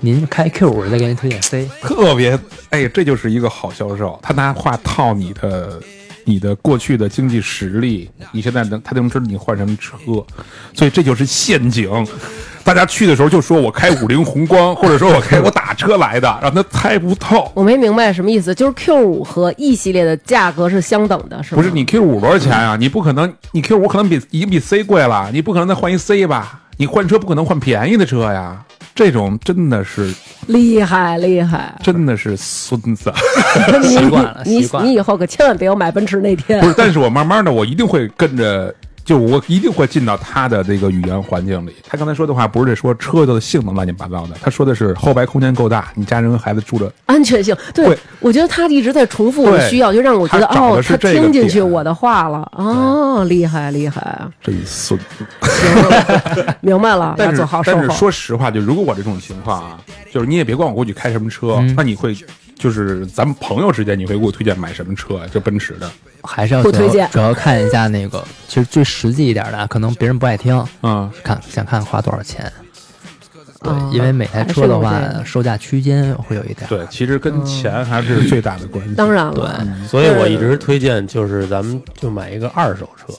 Speaker 5: 您开 Q 五再给您推荐 C，
Speaker 4: 特别，哎，这就是一个好销售，他拿话套你的，你的过去的经济实力，你现在能，他就能知道你换什么车，所以这就是陷阱。大家去的时候就说我开五菱宏光，或者说我开我打车来的，让他猜不透。
Speaker 2: *laughs* 我没明白什么意思，就是 Q 五和 E 系列的价格是相等的，是吗？
Speaker 4: 不是你 Q 五多少钱啊？你不可能，你 Q 五可能比已经比 C 贵了，你不可能再换一 C 吧？你换车不可能换便宜的车呀，这种真的是，
Speaker 2: 厉害厉害
Speaker 4: 真的是孙子。
Speaker 5: 习惯了，
Speaker 2: 你
Speaker 5: 习惯
Speaker 2: 你
Speaker 5: 了。
Speaker 2: 以后可千万别有买奔驰那 *laughs* 天
Speaker 4: 不。是，但是我慢慢的，我一定会跟着，就我一定会进到他的这个语言环境里。他刚才说的话不是说车的性能乱七八糟的，他说的是后排空间够大，你家人和孩子住着。
Speaker 2: 安全性，对
Speaker 4: 对
Speaker 2: 我觉得他一直在重复我的
Speaker 4: 对
Speaker 2: 需要，就让我觉得
Speaker 4: 他找
Speaker 2: 哦
Speaker 4: 的，是
Speaker 2: 他
Speaker 4: 这个
Speaker 2: 听进去
Speaker 4: 点
Speaker 2: 我的话了，哦，厉害厉害，
Speaker 4: 这一孙子。
Speaker 2: 行，明白了，要
Speaker 4: 但
Speaker 2: 做
Speaker 4: 是
Speaker 2: 好售
Speaker 4: 但是
Speaker 2: 后。
Speaker 4: 说实话，就如果我这种情况啊，就是你也别管我过去开什么车，那你会就是咱们朋友之间，你会给我推荐买什么车啊？这奔驰的，
Speaker 5: 还是要
Speaker 2: 不
Speaker 5: 主要
Speaker 2: 推荐
Speaker 5: 主要看一下那个，其实最实际一点的，啊可能别人不爱听，
Speaker 4: 嗯，
Speaker 5: 看想看花多少钱。对
Speaker 2: 啊，
Speaker 5: 因为每台
Speaker 2: 还是有
Speaker 5: 车的
Speaker 2: 这
Speaker 5: 话，
Speaker 2: 个
Speaker 5: 售价区间会有一点。
Speaker 4: 对，其实跟钱还是
Speaker 2: 嗯
Speaker 4: 最大的关系。
Speaker 2: 当然
Speaker 5: 对
Speaker 2: 了，
Speaker 3: 所以我一直推荐就是咱们就买一个二手车，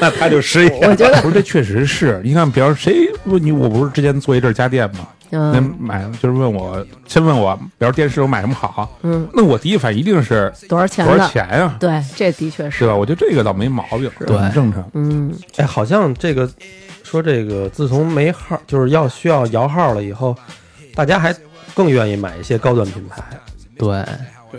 Speaker 4: 那他就失业。
Speaker 2: 我觉得
Speaker 4: 不是，这确实是你看，比方谁问你，我不是之前做一阵儿家电吗？那
Speaker 2: 嗯，
Speaker 4: 买就是问我，先问我，比如电视我买什么好？
Speaker 2: 嗯，
Speaker 4: 那我第一反应一定是
Speaker 2: 多少钱
Speaker 4: 多少
Speaker 2: 的？
Speaker 4: 钱呀、
Speaker 2: 对，这的确
Speaker 4: 是
Speaker 2: 是，
Speaker 4: 吧？我觉得这个倒没毛病，
Speaker 5: 对
Speaker 4: 很正常。
Speaker 2: 嗯，
Speaker 3: 哎，好像这个说这个自从没号，就是要需要摇号了以后，大家还更愿意买一些高端品牌。
Speaker 5: 对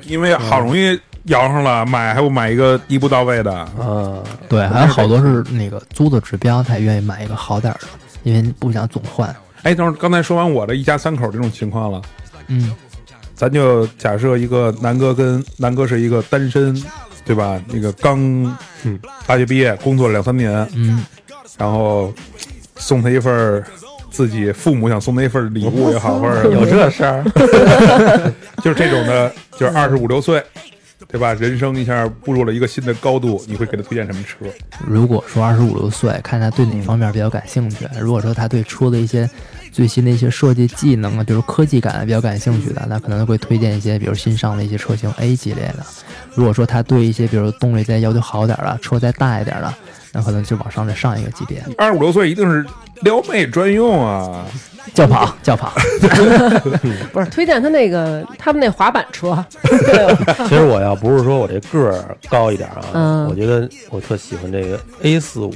Speaker 4: 因为好容易摇上了，买还不买一个一步到位的，
Speaker 3: 啊，
Speaker 5: 对，还有好多是那个租的指标才愿意买一个好点儿的，因为不想总换。
Speaker 4: 哎，等会儿刚才说完我的一家三口这种情况了，
Speaker 5: 嗯，
Speaker 4: 咱就假设一个南哥跟南哥是一个单身，对吧？那个刚嗯大学毕业，工作了两三年，
Speaker 5: 嗯，
Speaker 4: 然后送他一份儿自己父母想送他一份儿礼物也好，或者
Speaker 3: 有这事儿？
Speaker 4: *laughs* 就是这种的，就是二十五六岁，对吧？人生一下步入了一个新的高度，你会给他推荐什么车？
Speaker 5: 如果说二十五六岁，看他对哪方面比较感兴趣。如果说他对车的一些最新的一些设计技能啊，比如科技感比较感兴趣的，那可能会推荐一些，比如新上的一些车型 A 级列的。如果说他对一些，比如动力再要求好点儿的，车再大一点儿的，那可能就往上再上一个级别，
Speaker 4: 二十五六岁一定是撩妹专用啊！
Speaker 5: 轿跑，轿跑。
Speaker 2: 推荐他那个他们那滑板车，对
Speaker 3: 其实我要不是说我这个儿高一点啊，
Speaker 2: 嗯
Speaker 3: 我觉得我特喜欢这个 A 四五，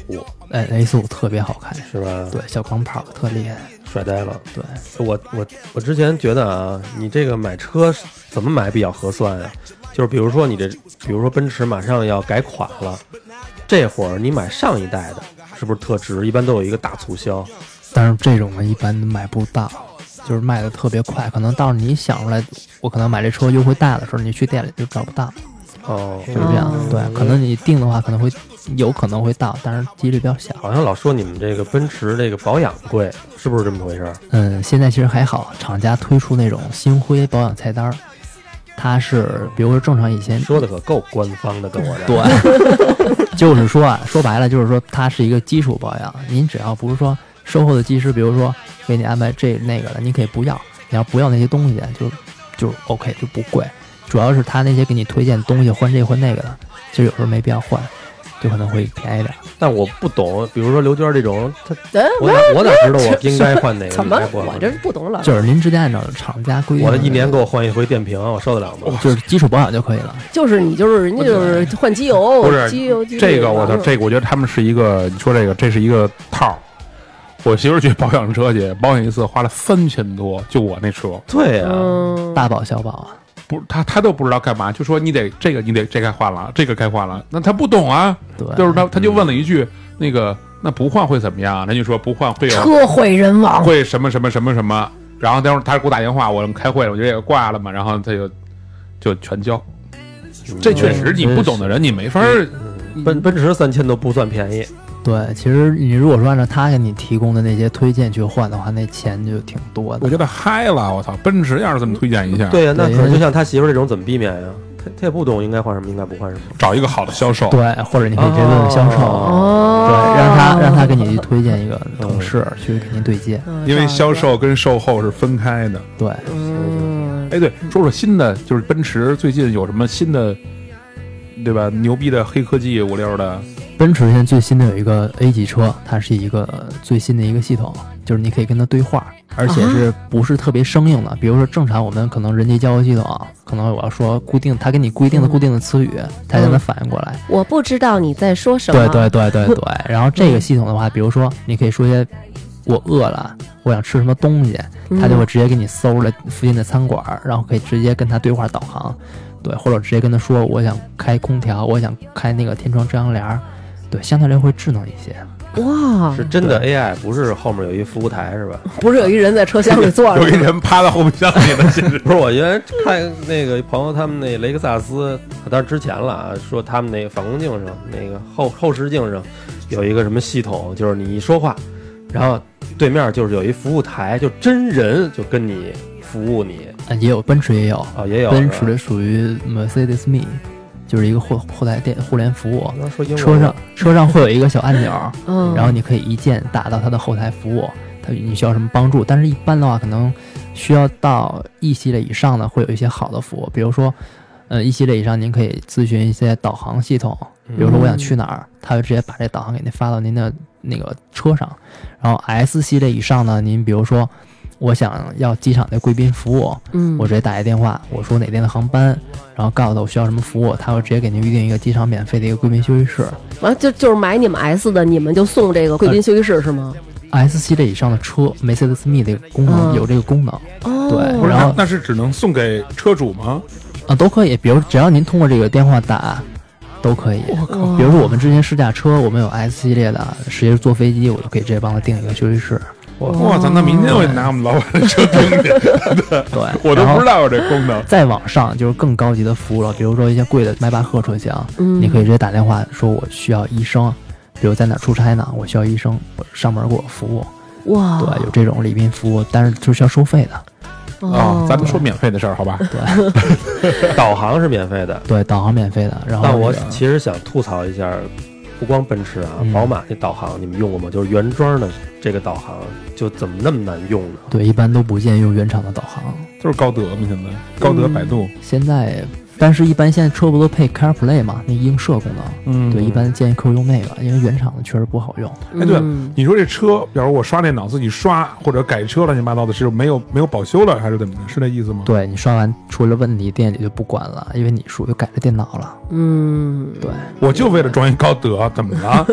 Speaker 5: 哎，A 四五特别好看，
Speaker 3: 是吧？
Speaker 5: 对，小钢炮特厉害，
Speaker 3: 帅呆了。
Speaker 5: 对，
Speaker 3: 我我我之前觉得啊，你这个买车怎么买比较合算呀、就是比如说你这，比如说奔驰马上要改款了，这会儿你买上一代的，是不是特值？一般都有一个大促销。
Speaker 5: 但是这种的一般买不到，就是卖的特别快，可能到时候你想出来，我可能买这车优惠大的时候，你去店里就找不到，
Speaker 3: 哦，
Speaker 5: 就是这样。对，可能你定的话，可能会有可能会到，但是几率比较小。
Speaker 3: 好像老说你们这个奔驰这个保养贵，是不是这么回事儿？
Speaker 5: 嗯，现在其实还好，厂家推出那种星辉保养菜单儿，它是比如说正常以前
Speaker 3: 说的可够官方的，跟我这儿。
Speaker 5: 对， *laughs* 就是说啊，说白了就是说，它是一个基础保养。您只要不是说售后的技师，比如说给你安排这那个的，你可以不要。你要不要那些东西，啊就就 OK，就不贵。主要是他那些给你推荐东西换这换那个的，其实有时候没必要换，就可能会便宜点儿。
Speaker 3: *laughs* 但我不懂，比如说刘娟这种，她
Speaker 2: 嗯，
Speaker 3: 我哪我哪知道我应该换哪个？
Speaker 2: *laughs* 怎么
Speaker 3: 应该不换
Speaker 2: 我这不懂了？
Speaker 5: 就是您直接按照厂家规定
Speaker 3: 我
Speaker 5: 的那
Speaker 3: 这
Speaker 5: 个，
Speaker 3: 一年给我换一回电瓶，我受得了吗？
Speaker 5: 就是基础保养就可以了。
Speaker 2: 就是你就是人家就是换机油，
Speaker 4: 不是
Speaker 2: 机油机油
Speaker 4: 这个我操，
Speaker 2: 完了
Speaker 4: 这个我觉得他们是一个，你说这个这是一个套儿。我媳妇儿去保养车去，保养一次花了三千多，就我那车，
Speaker 3: 对呀、
Speaker 2: 嗯，
Speaker 5: 大保小保啊，
Speaker 4: 不是她她都不知道干嘛，就说你得这个你得这该换了，这个该换了，那她不懂啊，
Speaker 5: 对，
Speaker 4: 就是她她就问了一句，那个那不换会怎么样？人家说不换会有
Speaker 2: 车毁嗯人亡，
Speaker 4: 会什么什么什么什么，然后待会儿他给我打电话，我开会了，我就也挂了嘛，然后他就就全交。
Speaker 2: 嗯
Speaker 4: 这确实你不懂的人，你没法儿
Speaker 3: 奔奔驰三千都不算便宜，
Speaker 5: 对。其实你如果说按照他给你提供的那些推荐去换的话，那钱就挺多的。
Speaker 4: 我觉得嗨了，我操！奔驰要是这么推荐一下，
Speaker 3: 对呀、那
Speaker 5: 对
Speaker 3: 可能
Speaker 5: 因为
Speaker 3: 就像他媳妇儿这种怎么避免呀、他他也不懂应该换什么，应该不换什么。
Speaker 4: 找一个好的销售，
Speaker 5: 对，或者你可以直接问销售，对，
Speaker 2: 哦，
Speaker 5: 让他让他给
Speaker 3: 哦
Speaker 5: 你去推荐一个同事
Speaker 3: 嗯
Speaker 5: 去给您对接，
Speaker 4: 因为销售跟售后是分开的。
Speaker 5: 对，
Speaker 2: 嗯，
Speaker 4: 哎，对，说说新的，就是奔驰最近有什么新的，对吧？牛逼的黑科技五六的，
Speaker 5: 奔驰现在最新的有一个 A 级车，它是一个呃最新的一个系统，就是你可以跟它对话，而且是不是特别生硬的？比如说正常我们可能人机交互系统啊，可能我要说固定，它给你规定的固定的词语，它才能反应过来。
Speaker 2: 我不知道你在说什
Speaker 5: 对
Speaker 2: 么，
Speaker 5: 对对对对。然后这个系统的话，比如说你可以说一些我饿了，我想吃什么东西，
Speaker 2: 嗯
Speaker 5: 他就会直接给你搜了附近的餐馆儿，然后可以直接跟他对话导航，对，或者直接跟他说我想开空调，我想开那个天窗遮阳帘儿，对，相对来说会智能一些。
Speaker 2: 哇，
Speaker 3: 是真的 AI，不是后面有一服务台是吧？
Speaker 2: 不是有一人在车厢里坐
Speaker 5: 啊
Speaker 2: 着
Speaker 4: 有一
Speaker 2: 吗？
Speaker 4: 人趴在后备箱里呢，现
Speaker 5: *laughs*
Speaker 4: 实
Speaker 3: 不是，我原来看那个朋友他们那雷克萨斯，当然之前了啊，说他们那个反光镜上那个后后视镜上有一个什么系统，就是你一说话，然后对面就是有一服务台，就真人就跟你服务你
Speaker 5: 呃也有奔驰也有，
Speaker 3: 啊、也有
Speaker 5: 奔驰
Speaker 3: 是吧
Speaker 5: 的属于 Mercedes Me，就是一个后后台电互联服务
Speaker 3: 我，刚说英文
Speaker 5: 车上车上会有一个小按钮，
Speaker 2: 嗯，
Speaker 5: 然后你可以一键打到它的后台服务，它你需要什么帮助？但是一般的话，可能需要到一系列以上的会有一些好的服务，比如说，呃，一系列以上您可以咨询一些导航系统，比如说我想去哪儿，它会直接把这导航给您发到您的那个车上。然后 S 系列以上呢，您比如说我想要机场的贵宾服务，
Speaker 2: 嗯，
Speaker 5: 我直接打一电话，我说哪天的航班，然后告诉他我需要什么服务，他会直接给您预定一个机场免费的一个贵宾休息室。
Speaker 2: 完了就就是买你们 S 的，你们就送这个贵宾休息室是吗？
Speaker 5: S 系列以上的车，梅赛德斯 me 这个功能、
Speaker 2: 嗯
Speaker 5: 有这个功能
Speaker 2: 哦，
Speaker 5: 对
Speaker 4: 不是
Speaker 5: 然后
Speaker 4: 那那是只能送给车主吗？
Speaker 5: 啊，都可以。比如只要您通过这个电话打，都可以。比如说我们之前试驾车，我们有 S 系列的，直接坐飞机，我就可以直接帮他订一个休息室。
Speaker 4: 我操！那明天我就拿我们老板的车盯去，
Speaker 5: 对，
Speaker 4: 我都
Speaker 5: 然
Speaker 4: 不
Speaker 5: 后哦
Speaker 4: 知道有这功能。
Speaker 5: 再往上就是更高级的服务了，比如说一些贵的迈巴赫车型，
Speaker 2: 嗯
Speaker 5: 你可以直接打电话说我需要医生，比如在哪儿出差呢，我需要医生，我上门给我服务。
Speaker 2: 哇，
Speaker 5: 对，有这种礼宾服务，但是就是要收费的。
Speaker 4: 啊、
Speaker 2: 哦，
Speaker 4: 咱们说免费的事儿，好吧？
Speaker 3: 导航是免费的，
Speaker 5: 对，导航免费的。然后嗯
Speaker 3: 但我
Speaker 5: 那个
Speaker 3: 其实想吐槽一下不光奔驰啊，宝马那导航你们用过吗？就是原装的这个导航，就怎么那么难用呢？
Speaker 5: 对，一般都不建议用原厂的导航。
Speaker 4: 就是高德嘛，现在高德、百度，
Speaker 5: 现在，但是一般现在车不都配 CarPlay 嘛，那映射功能。
Speaker 4: 嗯
Speaker 5: 对，一般建议客户用那个，因为原厂的确实不好用。
Speaker 4: 哎，对了，你说这车，比如我刷电脑自己刷或者改车乱七八糟的，是没有没有保修了还是怎么的？是那意思吗？
Speaker 5: 对你刷完出了问题，店里就不管了，因为你属于改了电脑了。
Speaker 2: 嗯，
Speaker 5: 对，
Speaker 4: 我就为了装一高德，怎么 *laughs* 了？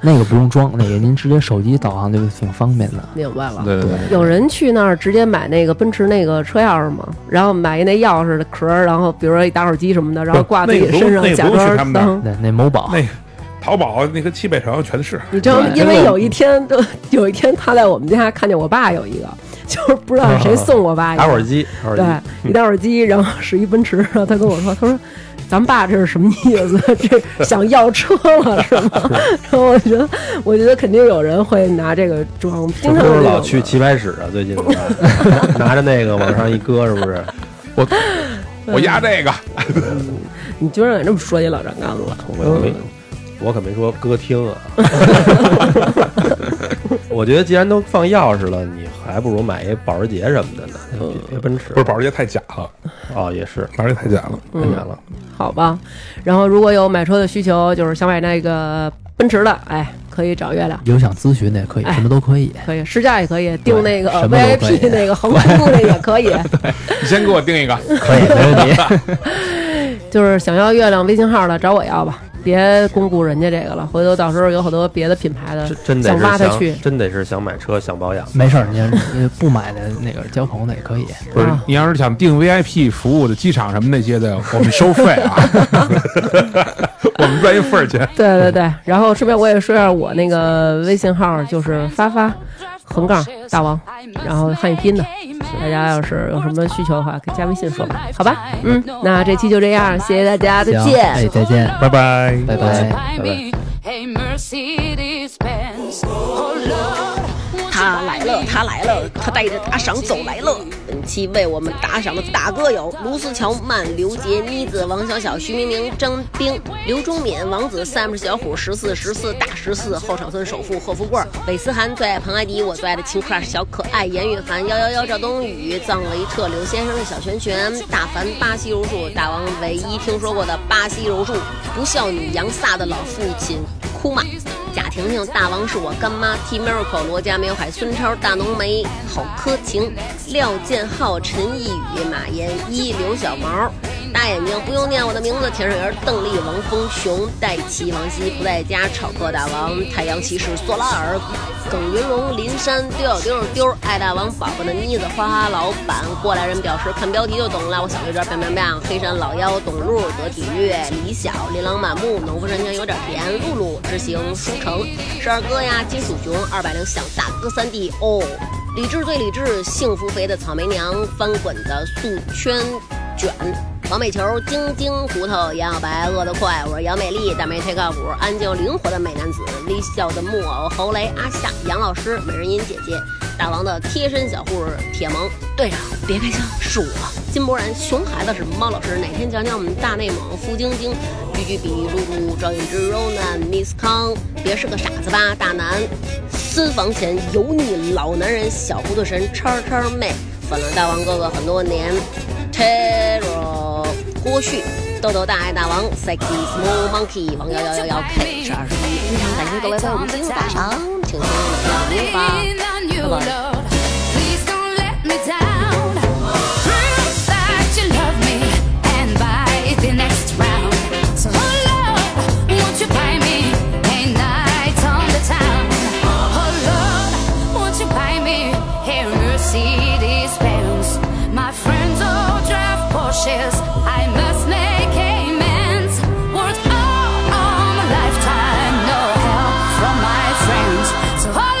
Speaker 5: 那个不用装，那个您直接手机导航就挺方便的。
Speaker 2: 明白了。
Speaker 4: 对对对，
Speaker 2: 有人去那儿直接买那个奔驰那个车钥匙吗？然后买一那钥匙的壳儿，然后比如说一打火机什么的，然后挂自
Speaker 4: 那个
Speaker 2: 己
Speaker 4: 不
Speaker 2: 身上，
Speaker 4: 那个
Speaker 2: 假
Speaker 4: 不用去他
Speaker 2: 装嗯
Speaker 4: 们那儿
Speaker 2: 当。
Speaker 5: 那那某宝
Speaker 4: 那淘宝那个西北城全是，
Speaker 2: 你知道吗？因为有一天，对有一天他在我们家看见我爸有一个，就是不知道是谁送我爸一个
Speaker 3: 打火机，打火机
Speaker 2: 对，一打火机，然后是一奔驰，然后他跟我说，他说。咱爸这是什么意思？ *laughs* 这想要车了是吗？ *laughs* 然后我觉得，我觉得肯定有人会拿这个装，
Speaker 3: 这
Speaker 2: 经
Speaker 3: 不
Speaker 2: 常
Speaker 3: 是
Speaker 2: 有
Speaker 3: 老去棋牌室啊？
Speaker 2: *laughs*
Speaker 3: 最近是吧拿着那个往上一搁，是不是？
Speaker 4: 我压这个，
Speaker 2: 你居然敢这么说起老张干子了？
Speaker 3: 我没，我可没说歌厅啊。 *laughs* 我觉得既然都放钥匙了，你还不如买一保时捷什么的呢，
Speaker 2: 嗯
Speaker 3: 别别奔驰
Speaker 4: 不是保时捷太假了，
Speaker 3: 哦，也是
Speaker 4: 保时嗯捷太假了。
Speaker 3: 太难了。
Speaker 2: 好吧。然后如果有买车的需求，就是想买那个奔驰的，哎，可以找月亮，
Speaker 5: 有想咨询的也可以，
Speaker 2: 哎
Speaker 5: 什么都可以。
Speaker 2: 可以试驾也可以，订那个
Speaker 5: 什么都可以
Speaker 2: VIP
Speaker 3: *laughs*
Speaker 2: 那个横幅那也可以。
Speaker 4: 你先给我定一个，
Speaker 5: *laughs* 可以，没问题。
Speaker 2: 就是想要月亮微信号的，找我要吧，别光顾人家这个了。回头到时候有好多别的品牌的
Speaker 3: 真真得
Speaker 2: 想
Speaker 3: 是
Speaker 2: 挖他
Speaker 3: 想
Speaker 2: 去，
Speaker 3: 真得是想买车想保养。
Speaker 5: 没事儿，您呃不买的那个交朋友的也可以。
Speaker 4: *laughs* 不是你要是想订 VIP 服务的机场什么那些的，我们收费 *laughs* 啊，我们赚一份儿钱。
Speaker 2: 对对对。然后顺便我也说一下我那个微信号，就是发发横杠大王，然后汉语拼的。大家要是有什么需求的话，可以加微信说吧，好吧？嗯，那这期就这样，谢谢大家，再
Speaker 5: 行，
Speaker 2: 见。
Speaker 5: 哎，再 *laughs* 见，
Speaker 8: 拜拜。
Speaker 5: 拜拜。
Speaker 6: Hey Mercedes Benz，Oh,
Speaker 9: 他来了，他来了，他带着打赏走来了。本期为我们打赏的大哥有卢思乔、曼、刘杰、妮子、王小小、徐明明、张冰、刘忠敏、王子、Sam 小虎、十四、十四大十四、后场村首富贺富贵、韦思涵最爱庞艾迪，我最爱的秦 crush 小可爱严韵凡、幺幺幺赵冬雨、藏维彻、刘先生的小拳拳、大凡巴西柔术、大王唯一听说过的巴西柔术、不孝女杨萨的老父亲哭骂。贾婷婷、大王是我干妈，T Miracle、罗家没有海、孙超、大浓眉、郝柯晴、廖建浩、陈奕宇、马延一、刘小毛、大眼睛不用念我的名字，田水儿、邓丽、王峰、熊、戴奇、王希不在家、炒客大王、太阳骑士、索拉尔、耿云龙、林山、丢小丢丢、爱大王、宝宝的妮子、花花老板、过来人表示看标题就懂了，我小鱼娟、棒棒棒、黑山老妖、董路、得体月、李晓、琳琅满目、农夫山泉有点甜、露露、知行、舒城、十二哥呀、金属熊、二百零响大哥三弟哦。理智对理智，幸福肥的草莓娘，翻滚的素圈卷，王美球、晶晶、骨头、杨小白、饿得快，我是杨美丽，大美太靠谱，安静灵活的美男子，微笑的木偶，侯雷、阿夏、杨老师、美人音姐姐，大王的贴身小护士铁萌队长，别开枪，是我金博然，熊孩子是猫老师，哪天讲讲我们大内蒙付晶晶、居居比露露、赵韵之、Ronan、Miss 康，别是个傻子吧，大南。私房钱油腻老男人小糊涂神叉叉妹，粉了大王哥哥很多年，Tero 郭旭。豆豆大爱大王，sexy small monkey，王幺幺幺幺 K 是二十一，感谢各位朋友们的打赏，请听我们的吧。
Speaker 6: oh, Oh,
Speaker 10: My friends all drive Porsches. I must make amends. Worked all, all my lifetime, no help from my friends. So hold